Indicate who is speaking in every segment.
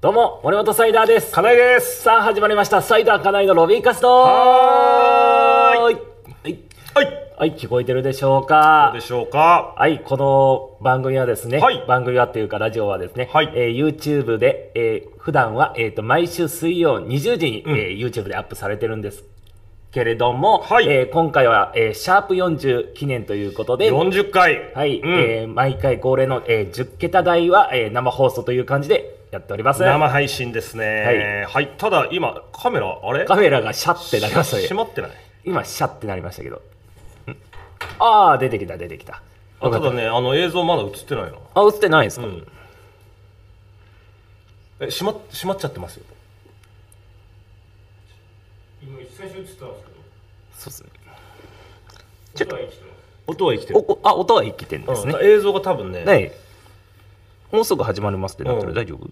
Speaker 1: どうも、森本サイダーです。
Speaker 2: 金井です。
Speaker 1: さあ、始まりました。サイダー金井のロビー活動
Speaker 2: はーい
Speaker 1: はい。
Speaker 2: はい。
Speaker 1: はい、聞こえてるでしょう
Speaker 2: どう
Speaker 1: か
Speaker 2: でしょうか。
Speaker 1: はい、この番組はですね、
Speaker 2: はい
Speaker 1: 番組はっていうかラジオはですね、
Speaker 2: はい
Speaker 1: えー YouTube で、えー普段は、えー、と毎週水曜20時に、えー YouTube でアップされてるんですけれども、
Speaker 2: はい
Speaker 1: えー今回は、えーシャープ40記念ということで、
Speaker 2: 40回。
Speaker 1: はい、
Speaker 2: うん
Speaker 1: えー毎回恒例の、えー10桁台は、えー生放送という感じでやっております。
Speaker 2: 生配信ですね。はい。ただ、今、カメラ、あれ
Speaker 1: カメラがシャッてなりましたね
Speaker 2: 閉まってない。
Speaker 1: 今シャッてなりましたけどんああ出てきた出てきた
Speaker 2: あた
Speaker 1: よか
Speaker 2: だ
Speaker 1: っ
Speaker 2: ね、あの、映像まだ映ってないな。
Speaker 1: たあ映ってないんですか、
Speaker 2: うん。え、閉ま、閉まっちゃってますよ。
Speaker 3: 今最初映ってたんですけ
Speaker 1: そうっすね
Speaker 3: ど音は生きて
Speaker 1: お
Speaker 2: 音は生きて
Speaker 3: ます
Speaker 2: る。
Speaker 1: こあ音は生きてるんですね
Speaker 2: う、ん映像が多分ね、
Speaker 1: ねもうすぐ始まりますってなった
Speaker 2: う
Speaker 1: ら
Speaker 2: ん
Speaker 1: 大丈夫、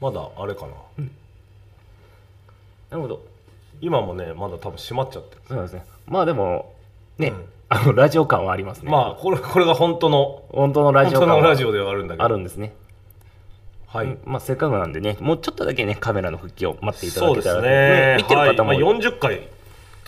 Speaker 2: まだあれかな。
Speaker 1: なるほど
Speaker 2: 今もね、まだ多分閉まっちゃってる。
Speaker 1: そうですねまあでもね、
Speaker 2: うん
Speaker 1: あのラジオ感はありますね
Speaker 2: まあ、これ、これが本当の、
Speaker 1: 本当のラ
Speaker 2: 本
Speaker 1: ジオ
Speaker 2: 当
Speaker 1: 感
Speaker 2: の
Speaker 1: は
Speaker 2: ラジオではあるんだけど。
Speaker 1: あるんですね、
Speaker 2: はい。
Speaker 1: うんまあせっかくなんでねもうちょっとだけねカメラの復帰を待っていただ
Speaker 2: そう
Speaker 1: け
Speaker 2: で
Speaker 1: た
Speaker 2: す
Speaker 1: ら
Speaker 2: ね。
Speaker 1: 見てる方も、
Speaker 2: はいまあ、40回。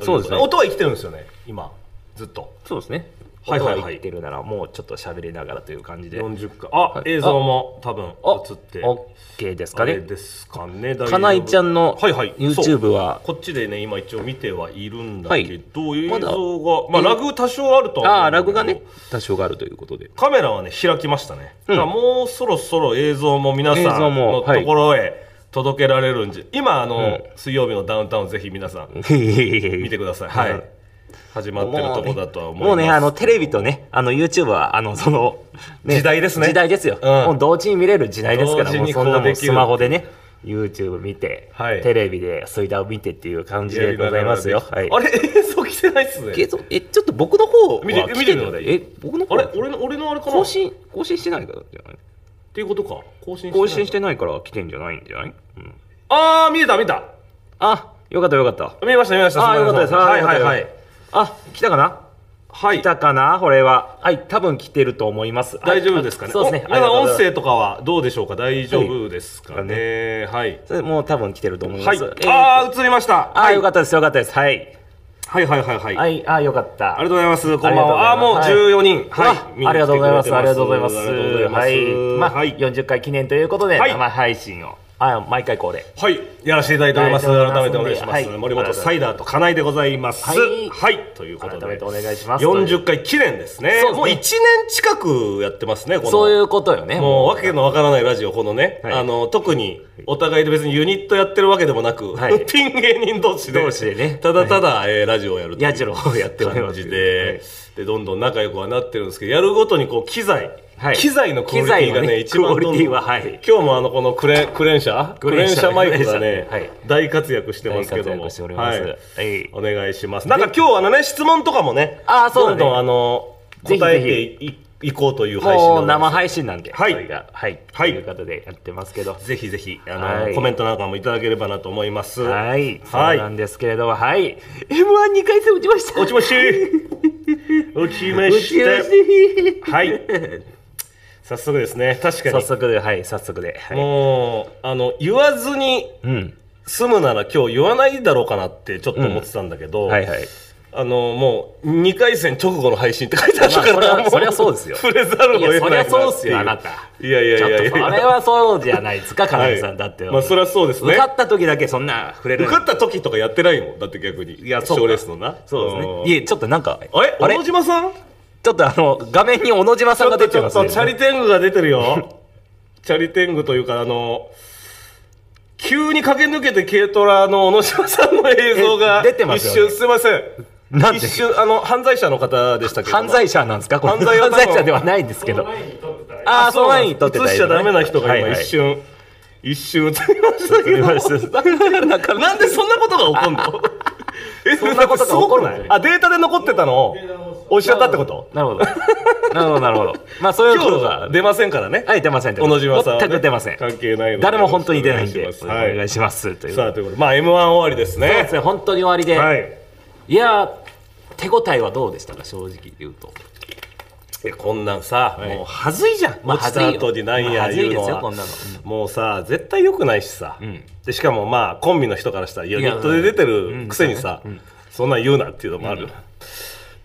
Speaker 1: そうですね
Speaker 2: 音は生きてるんですよね、今。ずっと。
Speaker 1: そうですね
Speaker 2: はいはいはい
Speaker 1: 音が生きてるならもうちょっと喋りながらという感じで
Speaker 2: 40回。あ、
Speaker 1: はい
Speaker 2: 映像も多分
Speaker 1: あ
Speaker 2: 映って。
Speaker 1: オッケーですか
Speaker 2: あれ
Speaker 1: ね
Speaker 2: ですかね。
Speaker 1: かなえちゃんの
Speaker 2: はいはい
Speaker 1: YouTube は
Speaker 2: そうこっちでね、今一応見てはいるんだけど、
Speaker 1: はい
Speaker 2: 映
Speaker 1: まだ
Speaker 2: 像が、まあラグ多少あるとは思うんだけど
Speaker 1: ああラグがね。多少があるということで
Speaker 2: カメラはね、開きましたね。
Speaker 1: うん
Speaker 2: だからもうそろそろ映像も皆さ
Speaker 1: 映
Speaker 2: ん
Speaker 1: 像も
Speaker 2: の
Speaker 1: はい
Speaker 2: ところへ届けられるんじゃ、今、あの、
Speaker 1: ん
Speaker 2: 水曜日のダウンタウンぜひ皆さん見
Speaker 1: 見
Speaker 2: てください。は
Speaker 1: うん
Speaker 2: い。始まってるとこだとは思います。
Speaker 1: もうね、あの、テレビとね、あの、YouTube は、あの、その、ね
Speaker 2: 時代ですね
Speaker 1: 時代ですよ。
Speaker 2: うん
Speaker 1: もう同時に見れる時代ですから、
Speaker 2: 同時
Speaker 1: もう
Speaker 2: に
Speaker 1: そんなも
Speaker 2: こうんでき
Speaker 1: ス
Speaker 2: る
Speaker 1: マホでね、YouTube 見て、
Speaker 2: はい
Speaker 1: テレビで、水田を見てっていう感じ
Speaker 2: や
Speaker 1: で
Speaker 2: り
Speaker 1: ご
Speaker 2: な
Speaker 1: ざ
Speaker 2: が
Speaker 1: い
Speaker 2: ら
Speaker 1: ま
Speaker 2: です
Speaker 1: よ。はい。
Speaker 2: あれ映像来てないっすね。
Speaker 1: えそうえ、ちょっと僕の方は
Speaker 2: 見て
Speaker 1: 来
Speaker 2: 見てみるのでいい
Speaker 1: え、僕の方
Speaker 2: あれ
Speaker 1: は
Speaker 2: 俺の俺のあれかな
Speaker 1: 更
Speaker 2: っ
Speaker 1: 新、更新してないからじゃない
Speaker 2: ていうことか。更新してない
Speaker 1: 更新してないから来てんじゃないんじゃないうん。
Speaker 2: あー、見えた見えた。
Speaker 1: あ、よかったよかった。
Speaker 2: 見えました見えました。
Speaker 1: ああ、よかったです。あー
Speaker 2: はい
Speaker 1: よ
Speaker 2: は
Speaker 1: かっ
Speaker 2: い
Speaker 1: た
Speaker 2: は
Speaker 1: よ
Speaker 2: い
Speaker 1: かっ。たあ、来たかな
Speaker 2: は
Speaker 1: 来
Speaker 2: い。
Speaker 1: たかなこれは。はい、多分来てると思います。
Speaker 2: 大丈夫ですかね。
Speaker 1: あそうですね。
Speaker 2: お皆さん
Speaker 1: ありがとうご
Speaker 2: 音
Speaker 1: ざい
Speaker 2: 声とかはどうでしょうか大丈夫ですかね。はい。
Speaker 1: ますそれもう多分来てると思い
Speaker 2: は
Speaker 1: ま
Speaker 2: い
Speaker 1: す。え。ー
Speaker 2: あー、映りました。
Speaker 1: あ
Speaker 2: は
Speaker 1: ー、
Speaker 2: い
Speaker 1: よかったです。よかったです。はい。
Speaker 2: はいはいはいはい。
Speaker 1: は
Speaker 2: あ
Speaker 1: い、あー、よかった。
Speaker 2: りがとうございます。こんばんは。あ
Speaker 1: あ
Speaker 2: ー、
Speaker 1: りがとうご
Speaker 2: もう
Speaker 1: ざいます
Speaker 2: 14人。
Speaker 1: あ
Speaker 2: はい。
Speaker 1: ありがとうございます。ありがとうございます。
Speaker 2: ありがとうございます。
Speaker 1: はい。まあ、
Speaker 2: はい。
Speaker 1: 40回記念ということで、
Speaker 2: はい
Speaker 1: 生配信を、あー毎回恒例。
Speaker 2: はい、やらせていただいております。
Speaker 1: はい
Speaker 2: 改めてお願いします。
Speaker 1: はい
Speaker 2: 森本サイダーと金井でございます。
Speaker 1: はい
Speaker 2: ということ
Speaker 1: 改
Speaker 2: で。
Speaker 1: めてお願いします。
Speaker 2: 40回記念ですね。
Speaker 1: そうですね
Speaker 2: もう1年近くやってますね、この。
Speaker 1: そういうことよね。
Speaker 2: もうわけのわからないラジオ、このね、
Speaker 1: はい
Speaker 2: あの、特にお互いで別にユニットやってるわけでもなく、
Speaker 1: はい
Speaker 2: ピン芸人同士で、
Speaker 1: 同士でね
Speaker 2: ただただ、えーラジオをやるという
Speaker 1: やじろうをやっておりま
Speaker 2: 感
Speaker 1: す
Speaker 2: じで、で、どんどん仲良くはなってるんですけど、やるごとにこう、機材、
Speaker 1: はい
Speaker 2: 機材のクオリティがね、
Speaker 1: 機
Speaker 2: 一
Speaker 1: 材のね
Speaker 2: 番どんどん
Speaker 1: クオリティははい
Speaker 2: 今日もあの、このクレ、クレーン車
Speaker 1: ク
Speaker 2: ク
Speaker 1: レ
Speaker 2: レ
Speaker 1: ー
Speaker 2: ー
Speaker 1: ン
Speaker 2: ン
Speaker 1: 車
Speaker 2: 車マイクがね、
Speaker 1: はい
Speaker 2: 大活躍してますけど
Speaker 1: 大活
Speaker 2: も。
Speaker 1: 躍しておりますはい
Speaker 2: お願いします。なんか今日あのね、質問とかもね、
Speaker 1: あーそうだね
Speaker 2: どんどんあの、
Speaker 1: ぜひぜひ
Speaker 2: 答えていいこうという配信
Speaker 1: も
Speaker 2: で
Speaker 1: う
Speaker 2: ございま
Speaker 1: 生
Speaker 2: す
Speaker 1: 配信なんで、
Speaker 2: はい
Speaker 1: それがはい、
Speaker 2: はい
Speaker 1: ということでやってますけど、
Speaker 2: ぜひぜひ、あの、
Speaker 1: はい
Speaker 2: コメントなんかもいただければなと思います。
Speaker 1: はい、そう
Speaker 2: はい
Speaker 1: なんですけれども、はい、M12 回戦落ちました。
Speaker 2: 落ち まし落ちま
Speaker 1: 落ち
Speaker 2: し
Speaker 1: ま
Speaker 2: た
Speaker 1: し
Speaker 2: はい。早速ですね、確か
Speaker 1: た。早
Speaker 2: に。
Speaker 1: 速で、はい、早速で、はい、
Speaker 2: もう、あの、言わずに
Speaker 1: うん、
Speaker 2: 済むなら今日言わないだろうかなってちょっと思ってたんだけど、
Speaker 1: はいはい。
Speaker 2: あの、もう、2回戦直後の配信って書いてあるから、
Speaker 1: まあそれは
Speaker 2: も
Speaker 1: そりゃそうですよ
Speaker 2: 触れざるを得ないなっ
Speaker 1: いや
Speaker 2: てい
Speaker 1: そりゃそうっすよあなた
Speaker 2: いやいやい
Speaker 1: ちょっ
Speaker 2: やい
Speaker 1: と
Speaker 2: や。
Speaker 1: それはそうじゃないですか、金井さん、
Speaker 2: はい
Speaker 1: だって。
Speaker 2: まあ、それはそうですね。
Speaker 1: 受かった時だけそんな触れる
Speaker 2: 受かった時とかやってないもん。だって逆に。い
Speaker 1: やそうか
Speaker 2: 賞レースのな。
Speaker 1: そうです
Speaker 2: ん
Speaker 1: ね。いえ、ちょっとなんか、
Speaker 2: あれ
Speaker 1: あれ
Speaker 2: 小野島さん
Speaker 1: ちょっとあの、画面に小野島
Speaker 2: ち
Speaker 1: さん
Speaker 2: ょ
Speaker 1: が
Speaker 2: っ
Speaker 1: 出
Speaker 2: と
Speaker 1: て
Speaker 2: ちょ
Speaker 1: ま
Speaker 2: っ
Speaker 1: すね。
Speaker 2: とチャリ天狗が出てるよ チャリ天狗というかあの急に駆け抜けて軽トラの小野島さんの映像が
Speaker 1: え出てますよね
Speaker 2: 一瞬すいません
Speaker 1: なんで
Speaker 2: 一瞬あの犯罪者の方でしたけど
Speaker 1: 犯罪者なんですかこれ
Speaker 2: 犯罪は多
Speaker 1: 犯
Speaker 2: 分
Speaker 1: 罪者ではないんです
Speaker 3: そ
Speaker 1: けど。
Speaker 3: の前に撮ってたら
Speaker 1: あーその前に
Speaker 2: なんです
Speaker 1: 撮ってた
Speaker 2: 映しちゃダメな人が
Speaker 1: はい
Speaker 2: 今
Speaker 1: はい
Speaker 2: 一瞬、一瞬映りましたけ
Speaker 1: 映り
Speaker 2: ど
Speaker 1: ま した
Speaker 2: なんでそんなことが起こんの え
Speaker 1: そんなことが起こるの
Speaker 2: すごくあデータで残ってたのをおっしゃったってこと
Speaker 1: なるほど。なるほど、なるほど。まあ、そういう
Speaker 2: 今
Speaker 1: こと
Speaker 2: 日
Speaker 1: が
Speaker 2: が。出ませんからね
Speaker 1: はい、出ません。
Speaker 2: 小野島さんはね
Speaker 1: 全く出ません。
Speaker 2: 関係ないので
Speaker 1: 誰も本当に出ないんで、
Speaker 2: よ
Speaker 1: お
Speaker 2: ろしくお願いします
Speaker 1: 願いします。という。
Speaker 2: さ
Speaker 1: そう
Speaker 2: あということでまあ m 1終わりですね
Speaker 1: ですね、本当に終わりで。
Speaker 2: はい
Speaker 1: いやー、手応えはどうでしたか、正直言うと。
Speaker 2: いやこんなんさ、
Speaker 1: はい
Speaker 2: もうはずいじゃん、
Speaker 1: まあ
Speaker 2: 落ちた後になん
Speaker 1: は
Speaker 2: や
Speaker 1: ずい
Speaker 2: 言
Speaker 1: よ
Speaker 2: うのは,、
Speaker 1: まあはずいですよこんな
Speaker 2: もうさ絶対良くないしさ、
Speaker 1: ん
Speaker 2: でしかもまあコンビの人からしたらユニットで出てるくせにさ、
Speaker 1: うんうん
Speaker 2: そんなん言うなっていうのもある、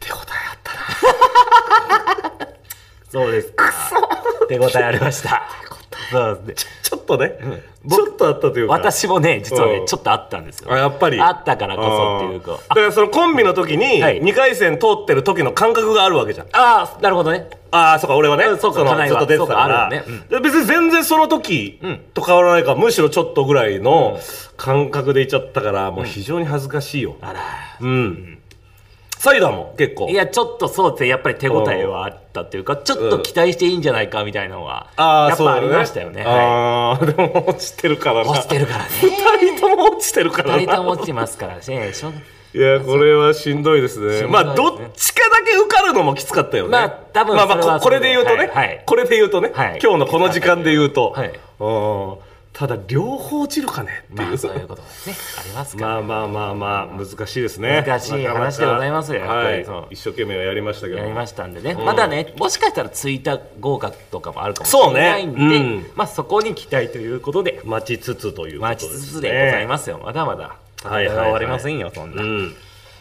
Speaker 2: 手応えあったな
Speaker 1: そうですか。手応えありま した。そうですね。
Speaker 2: ちょっとね、
Speaker 1: ん
Speaker 2: ちょっとあったというか
Speaker 1: 私もね、実は
Speaker 2: う
Speaker 1: ね
Speaker 2: ん、
Speaker 1: ちょっとあったんですよ。
Speaker 2: あやっぱり
Speaker 1: あったからこそっていうか
Speaker 2: ん。だからそのコンビの時に
Speaker 1: はい
Speaker 2: 2回戦通ってる時の感覚があるわけじゃん
Speaker 1: ああ、なるほどね。
Speaker 2: ああそうか俺はね、
Speaker 1: うんそうか
Speaker 2: の
Speaker 1: 金井
Speaker 2: ずっ
Speaker 1: は
Speaker 2: と出てたから
Speaker 1: そうかあるよね
Speaker 2: で別に全然その時
Speaker 1: ん
Speaker 2: と変わらないから、むしろちょっとぐらいの感覚でいっちゃったからもう非常に恥ずかしいよ
Speaker 1: あら。
Speaker 2: うん、サイダーも結構
Speaker 1: いや、ちょっとそうですね。やっぱり手応えはあったっていうか、ちょっと期待していいんじゃないかみたいなのは、
Speaker 2: ああ
Speaker 1: やっ
Speaker 2: そう
Speaker 1: ぱ
Speaker 2: だ
Speaker 1: あ
Speaker 2: ね
Speaker 1: りましたよね。は
Speaker 2: ああでも落ちてるから
Speaker 1: い
Speaker 2: な
Speaker 1: 落ちてるからね。
Speaker 2: 2人とも落ちてるからな
Speaker 1: 二人とも落ちてますからね。しょ
Speaker 2: いやこれはしんどいです
Speaker 1: しんどいです
Speaker 2: ね
Speaker 1: ね
Speaker 2: まあどっちかだけ受かるのもきつかったよね
Speaker 1: まあ多分
Speaker 2: まあまあ
Speaker 1: それは
Speaker 2: ここれで言うとね、
Speaker 1: はいはい
Speaker 2: これで言うとね、
Speaker 1: はい
Speaker 2: 今日のこの時間で言うと、
Speaker 1: はい
Speaker 2: うんただ両方落ちるかねっていう、
Speaker 1: まあ、そういうことですね。ありますから。
Speaker 2: まあまあまあまあ難しいですね
Speaker 1: 難しい話でございますよ
Speaker 2: なかなか
Speaker 1: やっぱり
Speaker 2: は
Speaker 1: そう
Speaker 2: い、一生懸命はやりましたけど
Speaker 1: やりましたんでね、
Speaker 2: ん
Speaker 1: まだねもしかしたら追加合格とかもあるかもし
Speaker 2: そう
Speaker 1: れ
Speaker 2: ね
Speaker 1: ないんで、
Speaker 2: うん
Speaker 1: まあ、そこに期待ということで
Speaker 2: 待ちつつということで
Speaker 1: 待
Speaker 2: す、
Speaker 1: ち
Speaker 2: ね、
Speaker 1: つつでございますよ、まだまだ
Speaker 2: はいはいはい
Speaker 1: 終わりませんよそん
Speaker 2: う
Speaker 1: な、
Speaker 2: ん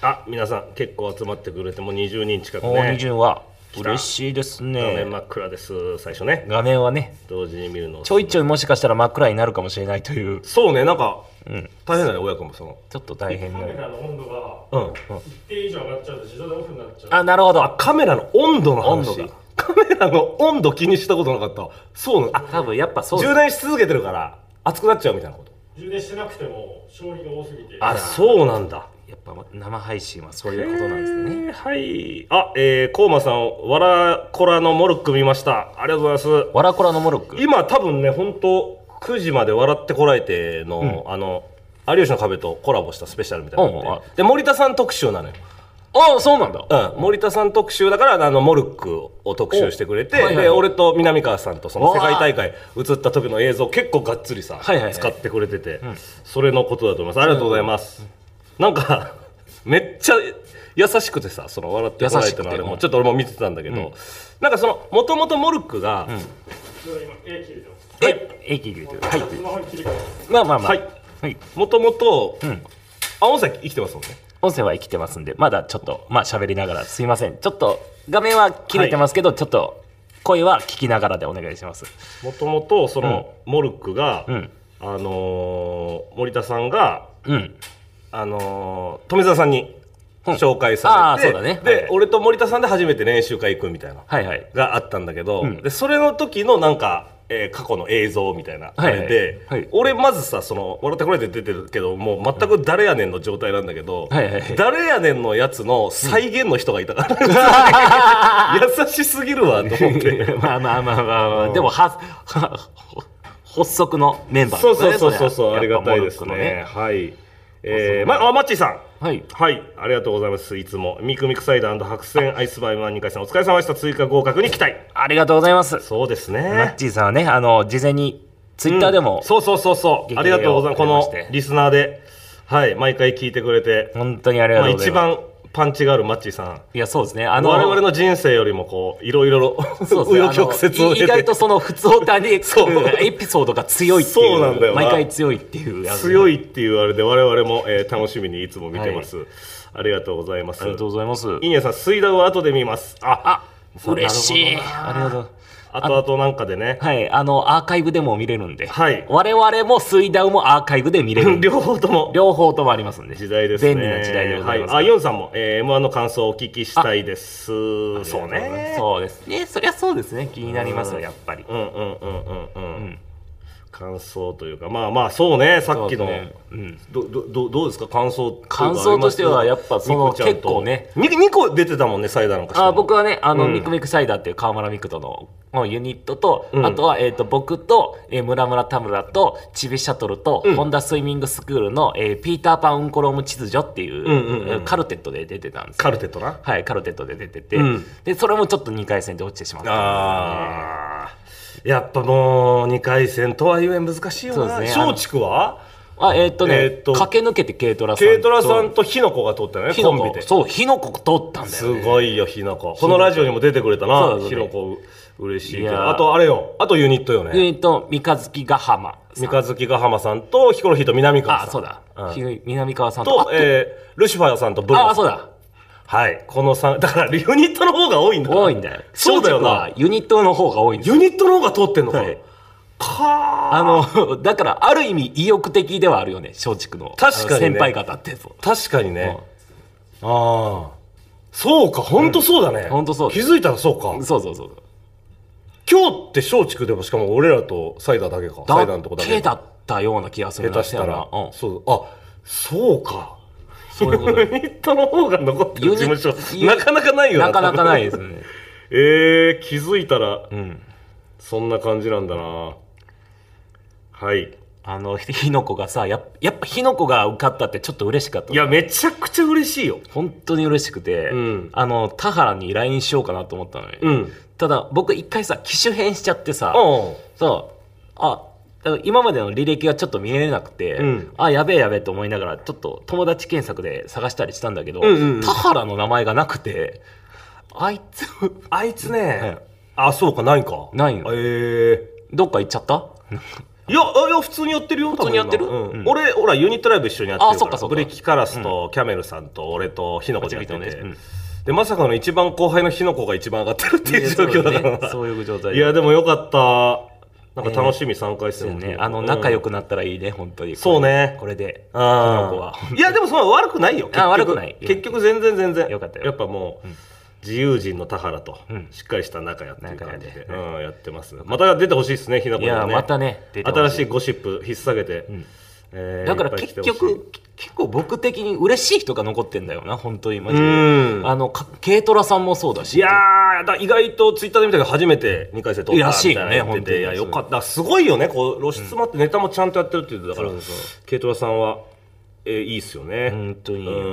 Speaker 2: あ皆さん結構集まってくれてもう20人近く
Speaker 1: 大二
Speaker 2: ね
Speaker 1: 順は嬉しいです
Speaker 2: 画
Speaker 1: ね
Speaker 2: 面真っ暗です最初ね
Speaker 1: 画面はね
Speaker 2: 同時に見るの
Speaker 1: ちょいちょいもしかしたら真っ暗になるかもしれないという
Speaker 2: そうねなんか
Speaker 1: ん
Speaker 2: 大変だね親子もその
Speaker 1: ちょっと大変な
Speaker 3: カメラの温度が
Speaker 2: うん
Speaker 3: 一定以上上がっちゃうと自動でオフになっちゃう。
Speaker 1: あなるほ
Speaker 2: あ
Speaker 1: ど
Speaker 2: カメラの温度の話
Speaker 1: 温度が
Speaker 2: カメラの温度気にしたことなかったわそうなのあ
Speaker 1: 多分やっぱそう
Speaker 2: 充電し続けてるから熱くなっちゃうみたいなこと
Speaker 3: 充電してなくても消費が多すぎて。
Speaker 2: あそうなんだ
Speaker 1: やっぱ生配信はそういうことなんですね
Speaker 2: えーはいあえー、コーマさん「わらこらのモルック」見ましたありがとうございます
Speaker 1: わらこらのモルック
Speaker 2: 今多分ね本当9時まで「笑ってこらえての」あの有吉の壁とコラボしたスペシャルみたいなのがあって
Speaker 1: うん
Speaker 2: で森田さん特集なのよ
Speaker 1: ああそうなんだ
Speaker 2: うん、森田さん特集だからあのモルックを特集してくれて、
Speaker 1: おはいはいはい
Speaker 2: で俺と南川さんとその
Speaker 1: わあ
Speaker 2: 世界大会映った時の映像結構がっつりさ、
Speaker 1: はいはいはい
Speaker 2: 使ってくれてて、それのことだと思いますありがとうございます、なんか めっちゃ優しくてさその笑ってこられてのあ
Speaker 1: 優し
Speaker 2: れ
Speaker 1: くてう
Speaker 2: も
Speaker 1: ん
Speaker 2: ちょっと俺も見てたんだけど、なんかそのもともとモルックが、
Speaker 3: それは今、絵切れてます。
Speaker 1: ええ切れてるはい
Speaker 3: スマホに切り替えます。
Speaker 1: まあまあまあ
Speaker 2: はい
Speaker 1: はい
Speaker 2: もともと
Speaker 1: ん
Speaker 2: あ音声生きてますもんね
Speaker 1: 音声は生きてますんで、まだちょっと、まあ喋りながら、すいません。ちょっと、画面は切れてますけど、ちょっと、声は聞きながらでお願いします。
Speaker 2: もともとそのモルックが、
Speaker 1: うん
Speaker 2: あのー森田さんが
Speaker 1: うん。
Speaker 2: あのー、富澤さんに紹介
Speaker 1: あ
Speaker 2: さ
Speaker 1: ー
Speaker 2: れて、
Speaker 1: そうだね
Speaker 2: で、
Speaker 1: はい
Speaker 2: 俺と森田さんで初めて練習会行くみたいな、
Speaker 1: はい はい。
Speaker 2: があったんだけど、
Speaker 1: うん
Speaker 2: でそれの時のなんか、えー過去の映像みたいなあ
Speaker 1: はいはい
Speaker 2: れで、
Speaker 1: はい
Speaker 2: 俺まずさ「その笑ってこられて」出てるけどもう全く「誰やねん」の状態なんだけど「
Speaker 1: はいはいはい
Speaker 2: 誰やねん」のやつの再現の人がいたから、 優しすぎるわと思って。
Speaker 1: まあまあまあまあ、まあ、でも、は、は、発足のメンバーで
Speaker 2: そう
Speaker 1: すね、
Speaker 2: そうそうそうそう、
Speaker 1: れ
Speaker 2: ありがたいです
Speaker 1: やっぱモルックの
Speaker 2: ね。はい。えー、まあ、あマッチーさん。
Speaker 1: はい
Speaker 2: はい、ありがとうございます。いつもミクミクサイダー白線アイスバイマン2回戦お疲れ様でした。追加合格に期待。
Speaker 1: ありがとうございます。
Speaker 2: そうですね。
Speaker 1: マッチーさんはね、あの、事前に、ツイッターでも、
Speaker 2: そうそうそうそう。ありがとうございます。こ
Speaker 1: 激励をく
Speaker 2: の
Speaker 1: れまして
Speaker 2: リスナーで、はい、毎回聞いてくれて、
Speaker 1: 本当にありが
Speaker 2: まあ、
Speaker 1: とうござい
Speaker 2: 一
Speaker 1: ます。
Speaker 2: 番パンチがあるマッチーさん。
Speaker 1: いや、そうですね。あの、
Speaker 2: 我々の人生よりもこういろいろ
Speaker 1: そう です
Speaker 2: 紆
Speaker 1: ね
Speaker 2: 余曲折を
Speaker 1: あのい
Speaker 2: 経
Speaker 1: 意外
Speaker 2: て
Speaker 1: とその普通歌に来
Speaker 2: そう
Speaker 1: るエピソードが強いっていう
Speaker 2: そうなんだよな
Speaker 1: 毎回強いっていう
Speaker 2: 強
Speaker 1: い
Speaker 2: いっていうあれで我々も、えー楽しみにいつも見てます、ありがとうございます
Speaker 1: ありがとうございます
Speaker 2: インヤさん水ダウは後で見ますあ
Speaker 1: あ嬉しいありがとう
Speaker 2: あとあとなんかでね
Speaker 1: はいあのアーカイブでも見れるんで、
Speaker 2: はい
Speaker 1: 我々も水ダウもアーカイブで見れるんで
Speaker 2: 両方とも
Speaker 1: 両方ともありますんで
Speaker 2: 時代ですね
Speaker 1: 便利な時代でございます、
Speaker 2: はい、あイオンさんも、えー、M1 の感想をお聞きしたいですそうね
Speaker 1: そうですねそりゃそうですね気になりますよやっぱり
Speaker 2: うんうんうんうんうん、感想というかまあまあそうねさっきの、
Speaker 1: そうですねうん
Speaker 2: どどどどうですか感想というか
Speaker 1: 感想としては
Speaker 2: あります
Speaker 1: やっぱその
Speaker 2: ニコちゃんと
Speaker 1: 結構ね
Speaker 2: に2個出てたもんねサイダーの歌詞
Speaker 1: あ僕はね、あの、
Speaker 2: うん
Speaker 1: ミクミクサイダーっていう川村ミクとののユニットと、
Speaker 2: うん
Speaker 1: あとは、えっ、と、僕と、えー、村村田村と、ちびシャトルと、ホンダスイミングスクールの、えーピーターパンウンコローム秩序っていう、
Speaker 2: うんうんうん
Speaker 1: えーカルテットで出てたんですよ
Speaker 2: カルテットな
Speaker 1: はい、カルテットで出てて、
Speaker 2: うん
Speaker 1: で、それもちょっと2回戦で落ちてしまったんですよね。
Speaker 2: ああやっぱもう2回戦とはいえ難しいよ
Speaker 1: そ
Speaker 2: な
Speaker 1: うですね
Speaker 2: 松竹は
Speaker 1: あえーっとね、
Speaker 2: えーっと
Speaker 1: 駆け抜けて軽トラさんと
Speaker 2: 軽トラさんと火の粉が通ったよね
Speaker 1: 火
Speaker 2: コ
Speaker 1: の
Speaker 2: ンビ
Speaker 1: 粉
Speaker 2: で。
Speaker 1: そう火の粉取ったんだよ
Speaker 2: すごいよ、ひなこ。このラジオにも出てくれた
Speaker 1: そ
Speaker 2: な
Speaker 1: う、だね
Speaker 2: ひなこ、嬉しいけ
Speaker 1: い
Speaker 2: ど
Speaker 1: やー
Speaker 2: あと、あれよ、あとユニットよ
Speaker 1: え
Speaker 2: ね。
Speaker 1: ーっと三日月ヶ浜さん
Speaker 2: 三日月ヶ浜さんと、ヒコロヒーと南川さ
Speaker 1: あ
Speaker 2: ん。
Speaker 1: そうだ、
Speaker 2: うん
Speaker 1: ひ南川さんと
Speaker 2: と、えー、ルシファーさんとブル
Speaker 1: あ
Speaker 2: マ
Speaker 1: あ
Speaker 2: さ
Speaker 1: そ
Speaker 2: ん
Speaker 1: うだ
Speaker 2: はい。この3、だから、ユニットの方が多いんだ。
Speaker 1: 多いんだよ
Speaker 2: そうだよな
Speaker 1: 松竹はユニットの方が多いんです
Speaker 2: ユニットの方が通ってんのか。
Speaker 1: はい
Speaker 2: かー
Speaker 1: あの だからある意味意欲的ではあるよね松竹の
Speaker 2: 確かにね
Speaker 1: あの先輩方ってそう
Speaker 2: 確かにね。ああ。そうか、ほんとそうだね。
Speaker 1: ほんとそうだ
Speaker 2: 気づいたらそうか。
Speaker 1: そうそうそう
Speaker 2: 今日って松竹でも、しかも俺らとサイダーだけか。サイダーのとこだ
Speaker 1: け
Speaker 2: け。
Speaker 1: だったような気がする
Speaker 2: 下
Speaker 1: な
Speaker 2: 手したら。
Speaker 1: うん、
Speaker 2: そう。あ、そうか。
Speaker 1: そういうこと
Speaker 2: ユ
Speaker 1: で
Speaker 2: ニットの方が残ってる事務所
Speaker 1: ユニ
Speaker 2: なかなかないよ
Speaker 1: なかなかないですすね
Speaker 2: えー、気づいたら
Speaker 1: うん
Speaker 2: そんな感じなんだなはい
Speaker 1: あのひ火の粉がさやっやっぱ火の粉が受かったってちょっと嬉しかった
Speaker 2: いやめちゃくちゃ嬉しいよ
Speaker 1: 本当に嬉しくて、
Speaker 2: うん
Speaker 1: あの田原に LINE しようかなと思ったのに、
Speaker 2: うん
Speaker 1: ただ僕一回さ機種変しちゃってさ、
Speaker 2: うん
Speaker 1: そうあだから今までの履歴がちょっと見えなくて、
Speaker 2: うん
Speaker 1: あやべえやべえと思いながらちょっと友達検索で探したりしたんだけど、
Speaker 2: うんうんうん
Speaker 1: 田原の名前がなくてあいつ
Speaker 2: あいつね、
Speaker 1: はい
Speaker 2: あそうかないか
Speaker 1: ない
Speaker 2: え
Speaker 1: の
Speaker 2: ー
Speaker 1: どっか行っちゃった
Speaker 2: いや、あいや普通にやってるよ、普
Speaker 1: 通にやってる
Speaker 2: うん
Speaker 1: うん
Speaker 2: 俺、ほら、ユニットライブ一緒にやってるから、
Speaker 1: あそっかそっか
Speaker 2: ブレーキカラスとキャメルさんと俺と火の粉でやってて、
Speaker 1: パチビとねうん
Speaker 2: で、まさかの一番後輩の火の粉が一番上がってるっていう状況だから、
Speaker 1: ねそういう状態
Speaker 2: いや、でもよかった。なんか楽しみ3回
Speaker 1: そう
Speaker 2: 戦
Speaker 1: よ
Speaker 2: も、
Speaker 1: ねあの仲良くなったらいいね本当に
Speaker 2: そうね
Speaker 1: これで
Speaker 2: うん。あ
Speaker 1: この子は本当
Speaker 2: いや、でもその悪くないよ。結局
Speaker 1: 悪くない
Speaker 2: 結局全然全然。
Speaker 1: よかったよ
Speaker 2: やっぱもう、自由人の田原と
Speaker 1: うん、
Speaker 2: しっかりした仲やっていう感じで、
Speaker 1: 仲や
Speaker 2: うん、やってます。また出てほしいですね、ひなこ
Speaker 1: い
Speaker 2: には
Speaker 1: やまたね出てほ
Speaker 2: 新しいゴシップ引っ提げて、えー
Speaker 1: だから
Speaker 2: いっぱい来
Speaker 1: 結
Speaker 2: てほしい
Speaker 1: 局結構僕的に嬉しい人が残ってんだよな本当にマジ
Speaker 2: う
Speaker 1: で
Speaker 2: ん
Speaker 1: あのか軽トラさんもそうだし
Speaker 2: いやーだ意外とツイッターで見たけど初めて2回戦取った
Speaker 1: らしいよね
Speaker 2: みたな言っててい
Speaker 1: 本当
Speaker 2: や
Speaker 1: に
Speaker 2: よかったすごいよねこう露出もあってネタもちゃんとやってるって言ってたから、
Speaker 1: そうそう
Speaker 2: 軽トラさんは、えーいいっすよね
Speaker 1: 本当にいいよね
Speaker 2: う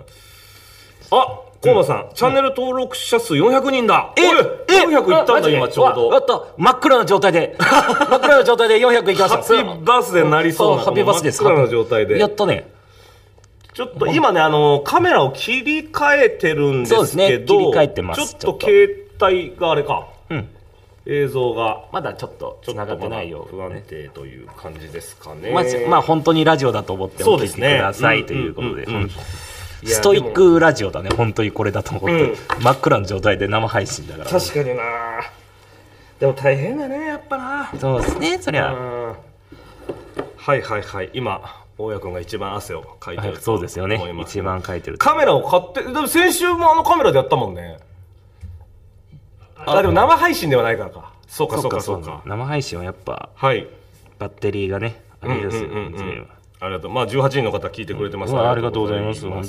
Speaker 2: んあコウマさん、チャンネル登録者数400人だおい400いったんだ今ちょうど
Speaker 1: やった真っ暗な状態 で真っ暗な状態で400いきました
Speaker 2: ハッピーバースデーになりそうな
Speaker 1: ハッピーバースデーです
Speaker 2: 真っ暗な状態で
Speaker 1: やったね
Speaker 2: ちょっと今ね、あのカメラを切り替えてるんですけ
Speaker 1: そ
Speaker 2: ど、
Speaker 1: うですね切り替えてます
Speaker 2: ちょっと携帯があれか、
Speaker 1: うん
Speaker 2: 映像が
Speaker 1: まだちょっと
Speaker 2: ちょ
Speaker 1: 繋
Speaker 2: っ
Speaker 1: がっ
Speaker 2: と
Speaker 1: て
Speaker 2: まだ
Speaker 1: ないよ
Speaker 2: 不安定という感じですかね。
Speaker 1: まあ、まあ本当にラジオだと思って
Speaker 2: そ
Speaker 1: お
Speaker 2: うで
Speaker 1: 聞き
Speaker 2: す
Speaker 1: く
Speaker 2: ね
Speaker 1: ださいということで、ほんストイッ。
Speaker 2: いやでも
Speaker 1: クラジオだね本当にこれだと思って、
Speaker 2: うん
Speaker 1: 真っ暗な状態で生配信だから
Speaker 2: 確かにな。でも大変だね、やっぱな。
Speaker 1: そうですねそりゃ、
Speaker 2: うんはいはいはい。今、大家君が一番汗をかいて
Speaker 1: は
Speaker 2: る
Speaker 1: い
Speaker 2: と
Speaker 1: そうですよね
Speaker 2: 思います
Speaker 1: 一番書いてる
Speaker 2: カメラを買って、でも先週もあのカメラでやったもんね。あ、でも生配信ではないからか。そうかそうかそうか。
Speaker 1: 生配信はやっぱ
Speaker 2: はい。
Speaker 1: バッテリーがねあれですよ、
Speaker 2: うんうんうんうんありがとう。まあ18人の方聞いてくれてます、
Speaker 1: うんありがとうございます
Speaker 2: 本
Speaker 1: 本